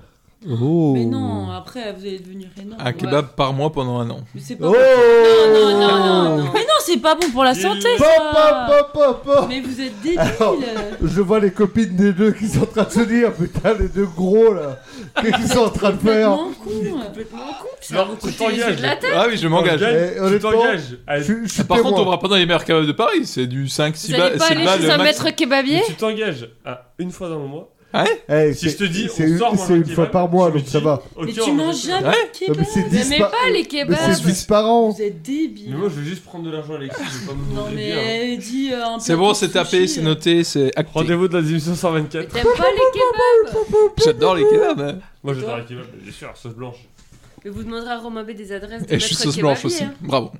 [SPEAKER 4] Oh.
[SPEAKER 2] Mais non, après, vous allez devenir énorme.
[SPEAKER 3] Un kebab par mois pendant un an.
[SPEAKER 2] Mais c'est pas
[SPEAKER 4] Ah, Oh.
[SPEAKER 2] bon. Non, non, non, non. Mais non, c'est pas bon pour la
[SPEAKER 1] Dis-
[SPEAKER 2] santé,
[SPEAKER 4] Pop,
[SPEAKER 2] ça.
[SPEAKER 4] pop, pop, pop, Ah, pop.
[SPEAKER 2] Mais vous êtes débiles.
[SPEAKER 4] Alors- Je vois les copines des deux qui sont en train de se dire Putain, les deux gros là. Qu'est-ce qu'ils sont en train de faire
[SPEAKER 2] Complètement con. Complètement con. Ça va
[SPEAKER 1] Alors,
[SPEAKER 2] vous
[SPEAKER 1] tu
[SPEAKER 2] coûter les yeux de la tête.
[SPEAKER 3] Ah oui, je m'engage.
[SPEAKER 1] Gagne,
[SPEAKER 4] Eh,
[SPEAKER 1] tu
[SPEAKER 4] honnêtement,
[SPEAKER 1] t'engages. à-
[SPEAKER 4] je, suis- je suis
[SPEAKER 3] Par contre, on
[SPEAKER 4] témoin.
[SPEAKER 3] va pas dans les meilleurs kebabs de Paris. C'est du 5, 6
[SPEAKER 5] Vous allez
[SPEAKER 3] balles.
[SPEAKER 5] pas
[SPEAKER 3] 7
[SPEAKER 5] aller
[SPEAKER 3] balles
[SPEAKER 5] chez un
[SPEAKER 3] max.
[SPEAKER 5] maître kebabier
[SPEAKER 1] mais Tu t'engages à une fois dans le mois.
[SPEAKER 4] Eh,
[SPEAKER 1] Si
[SPEAKER 4] c'est-
[SPEAKER 1] je te dis,
[SPEAKER 4] c'est
[SPEAKER 1] on
[SPEAKER 4] une-
[SPEAKER 1] sort
[SPEAKER 4] c'est une fois par mois, donc ça va.
[SPEAKER 2] Mais tu manges jamais
[SPEAKER 3] Ouais.
[SPEAKER 2] de
[SPEAKER 4] Non, mais
[SPEAKER 2] kebab.
[SPEAKER 4] c'est
[SPEAKER 5] Vous
[SPEAKER 4] 10
[SPEAKER 5] aimez
[SPEAKER 4] par-
[SPEAKER 5] pas les
[SPEAKER 4] mais
[SPEAKER 5] kebabs
[SPEAKER 4] c'est 10 par an.
[SPEAKER 2] Vous êtes
[SPEAKER 1] Mais
[SPEAKER 2] débiles.
[SPEAKER 1] moi je veux juste prendre de l'argent, Alexis. Je vais pas me
[SPEAKER 2] Non
[SPEAKER 1] demander bien.
[SPEAKER 2] mais dis euh, un peu
[SPEAKER 3] C'est bon,
[SPEAKER 2] de
[SPEAKER 3] c'est
[SPEAKER 2] sushi,
[SPEAKER 3] tapé, c'est
[SPEAKER 2] euh.
[SPEAKER 3] noté, c'est acté.
[SPEAKER 1] Rendez-vous de la émission
[SPEAKER 5] Mais
[SPEAKER 1] 124.
[SPEAKER 5] T'aimes pas les kebabs
[SPEAKER 3] J'adore les kebabs. hein.
[SPEAKER 1] Moi j'adore les kebabs, bien sûr, sauce blanche.
[SPEAKER 5] Mais Vous demanderez à Romain B des adresses de
[SPEAKER 3] Et je suis
[SPEAKER 5] maître
[SPEAKER 3] sauce blanche aussi.
[SPEAKER 5] kebabier. hein.
[SPEAKER 3] Bravo.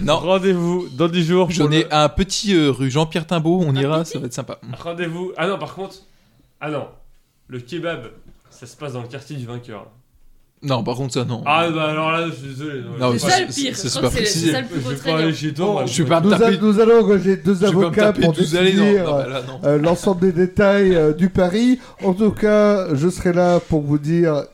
[SPEAKER 3] Non,
[SPEAKER 1] Rendez-vous dans 10 jours.
[SPEAKER 3] j'en
[SPEAKER 1] pour le-
[SPEAKER 3] ai un petit euh, rue Jean-Pierre Timbaud. On ira, ça va être sympa.
[SPEAKER 1] Rendez-vous. Ah non, par contre. Ah non. Le kebab, ça se passe dans le quartier du vainqueur.
[SPEAKER 3] Non, par contre, ça, non.
[SPEAKER 1] Ah bah alors là, je suis désolé.
[SPEAKER 3] Non,
[SPEAKER 1] je
[SPEAKER 5] C'est
[SPEAKER 1] vais
[SPEAKER 5] ça
[SPEAKER 1] pas-
[SPEAKER 5] le pire.
[SPEAKER 3] c'est- c'est
[SPEAKER 5] Je
[SPEAKER 3] pas
[SPEAKER 5] crois que C'est
[SPEAKER 3] précisé.
[SPEAKER 5] c'est ça le plus beau
[SPEAKER 1] je vais pas aller
[SPEAKER 5] traitement.
[SPEAKER 1] chez toi.
[SPEAKER 4] Non,
[SPEAKER 1] moi,
[SPEAKER 3] Je vais pas me
[SPEAKER 4] Nous, a-
[SPEAKER 3] taper.
[SPEAKER 4] nous allons engager deux
[SPEAKER 3] Je vais pas me
[SPEAKER 4] avocats
[SPEAKER 3] taper
[SPEAKER 4] pour
[SPEAKER 3] 12 allées,
[SPEAKER 4] définir
[SPEAKER 3] non. Non, bah là, non.
[SPEAKER 4] euh, l'ensemble des détails euh, du pari. En tout cas, je serai là pour vous dire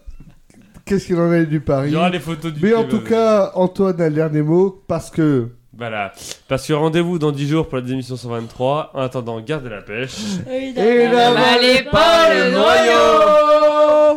[SPEAKER 4] qu'est-ce qu'il en est du
[SPEAKER 1] Il
[SPEAKER 4] pari.
[SPEAKER 1] y aura euh, les photos du
[SPEAKER 4] Mais en
[SPEAKER 1] kebab.
[SPEAKER 4] tout cas, Antoine a le dernier mot parce que
[SPEAKER 1] Voilà. Parce que rendez-vous dans 10 jours pour la émission 123. En attendant, gardez la pêche.
[SPEAKER 5] Bah,
[SPEAKER 2] Oui,
[SPEAKER 4] Et
[SPEAKER 2] d'accord.
[SPEAKER 4] là-
[SPEAKER 5] N'avalez pas le noyau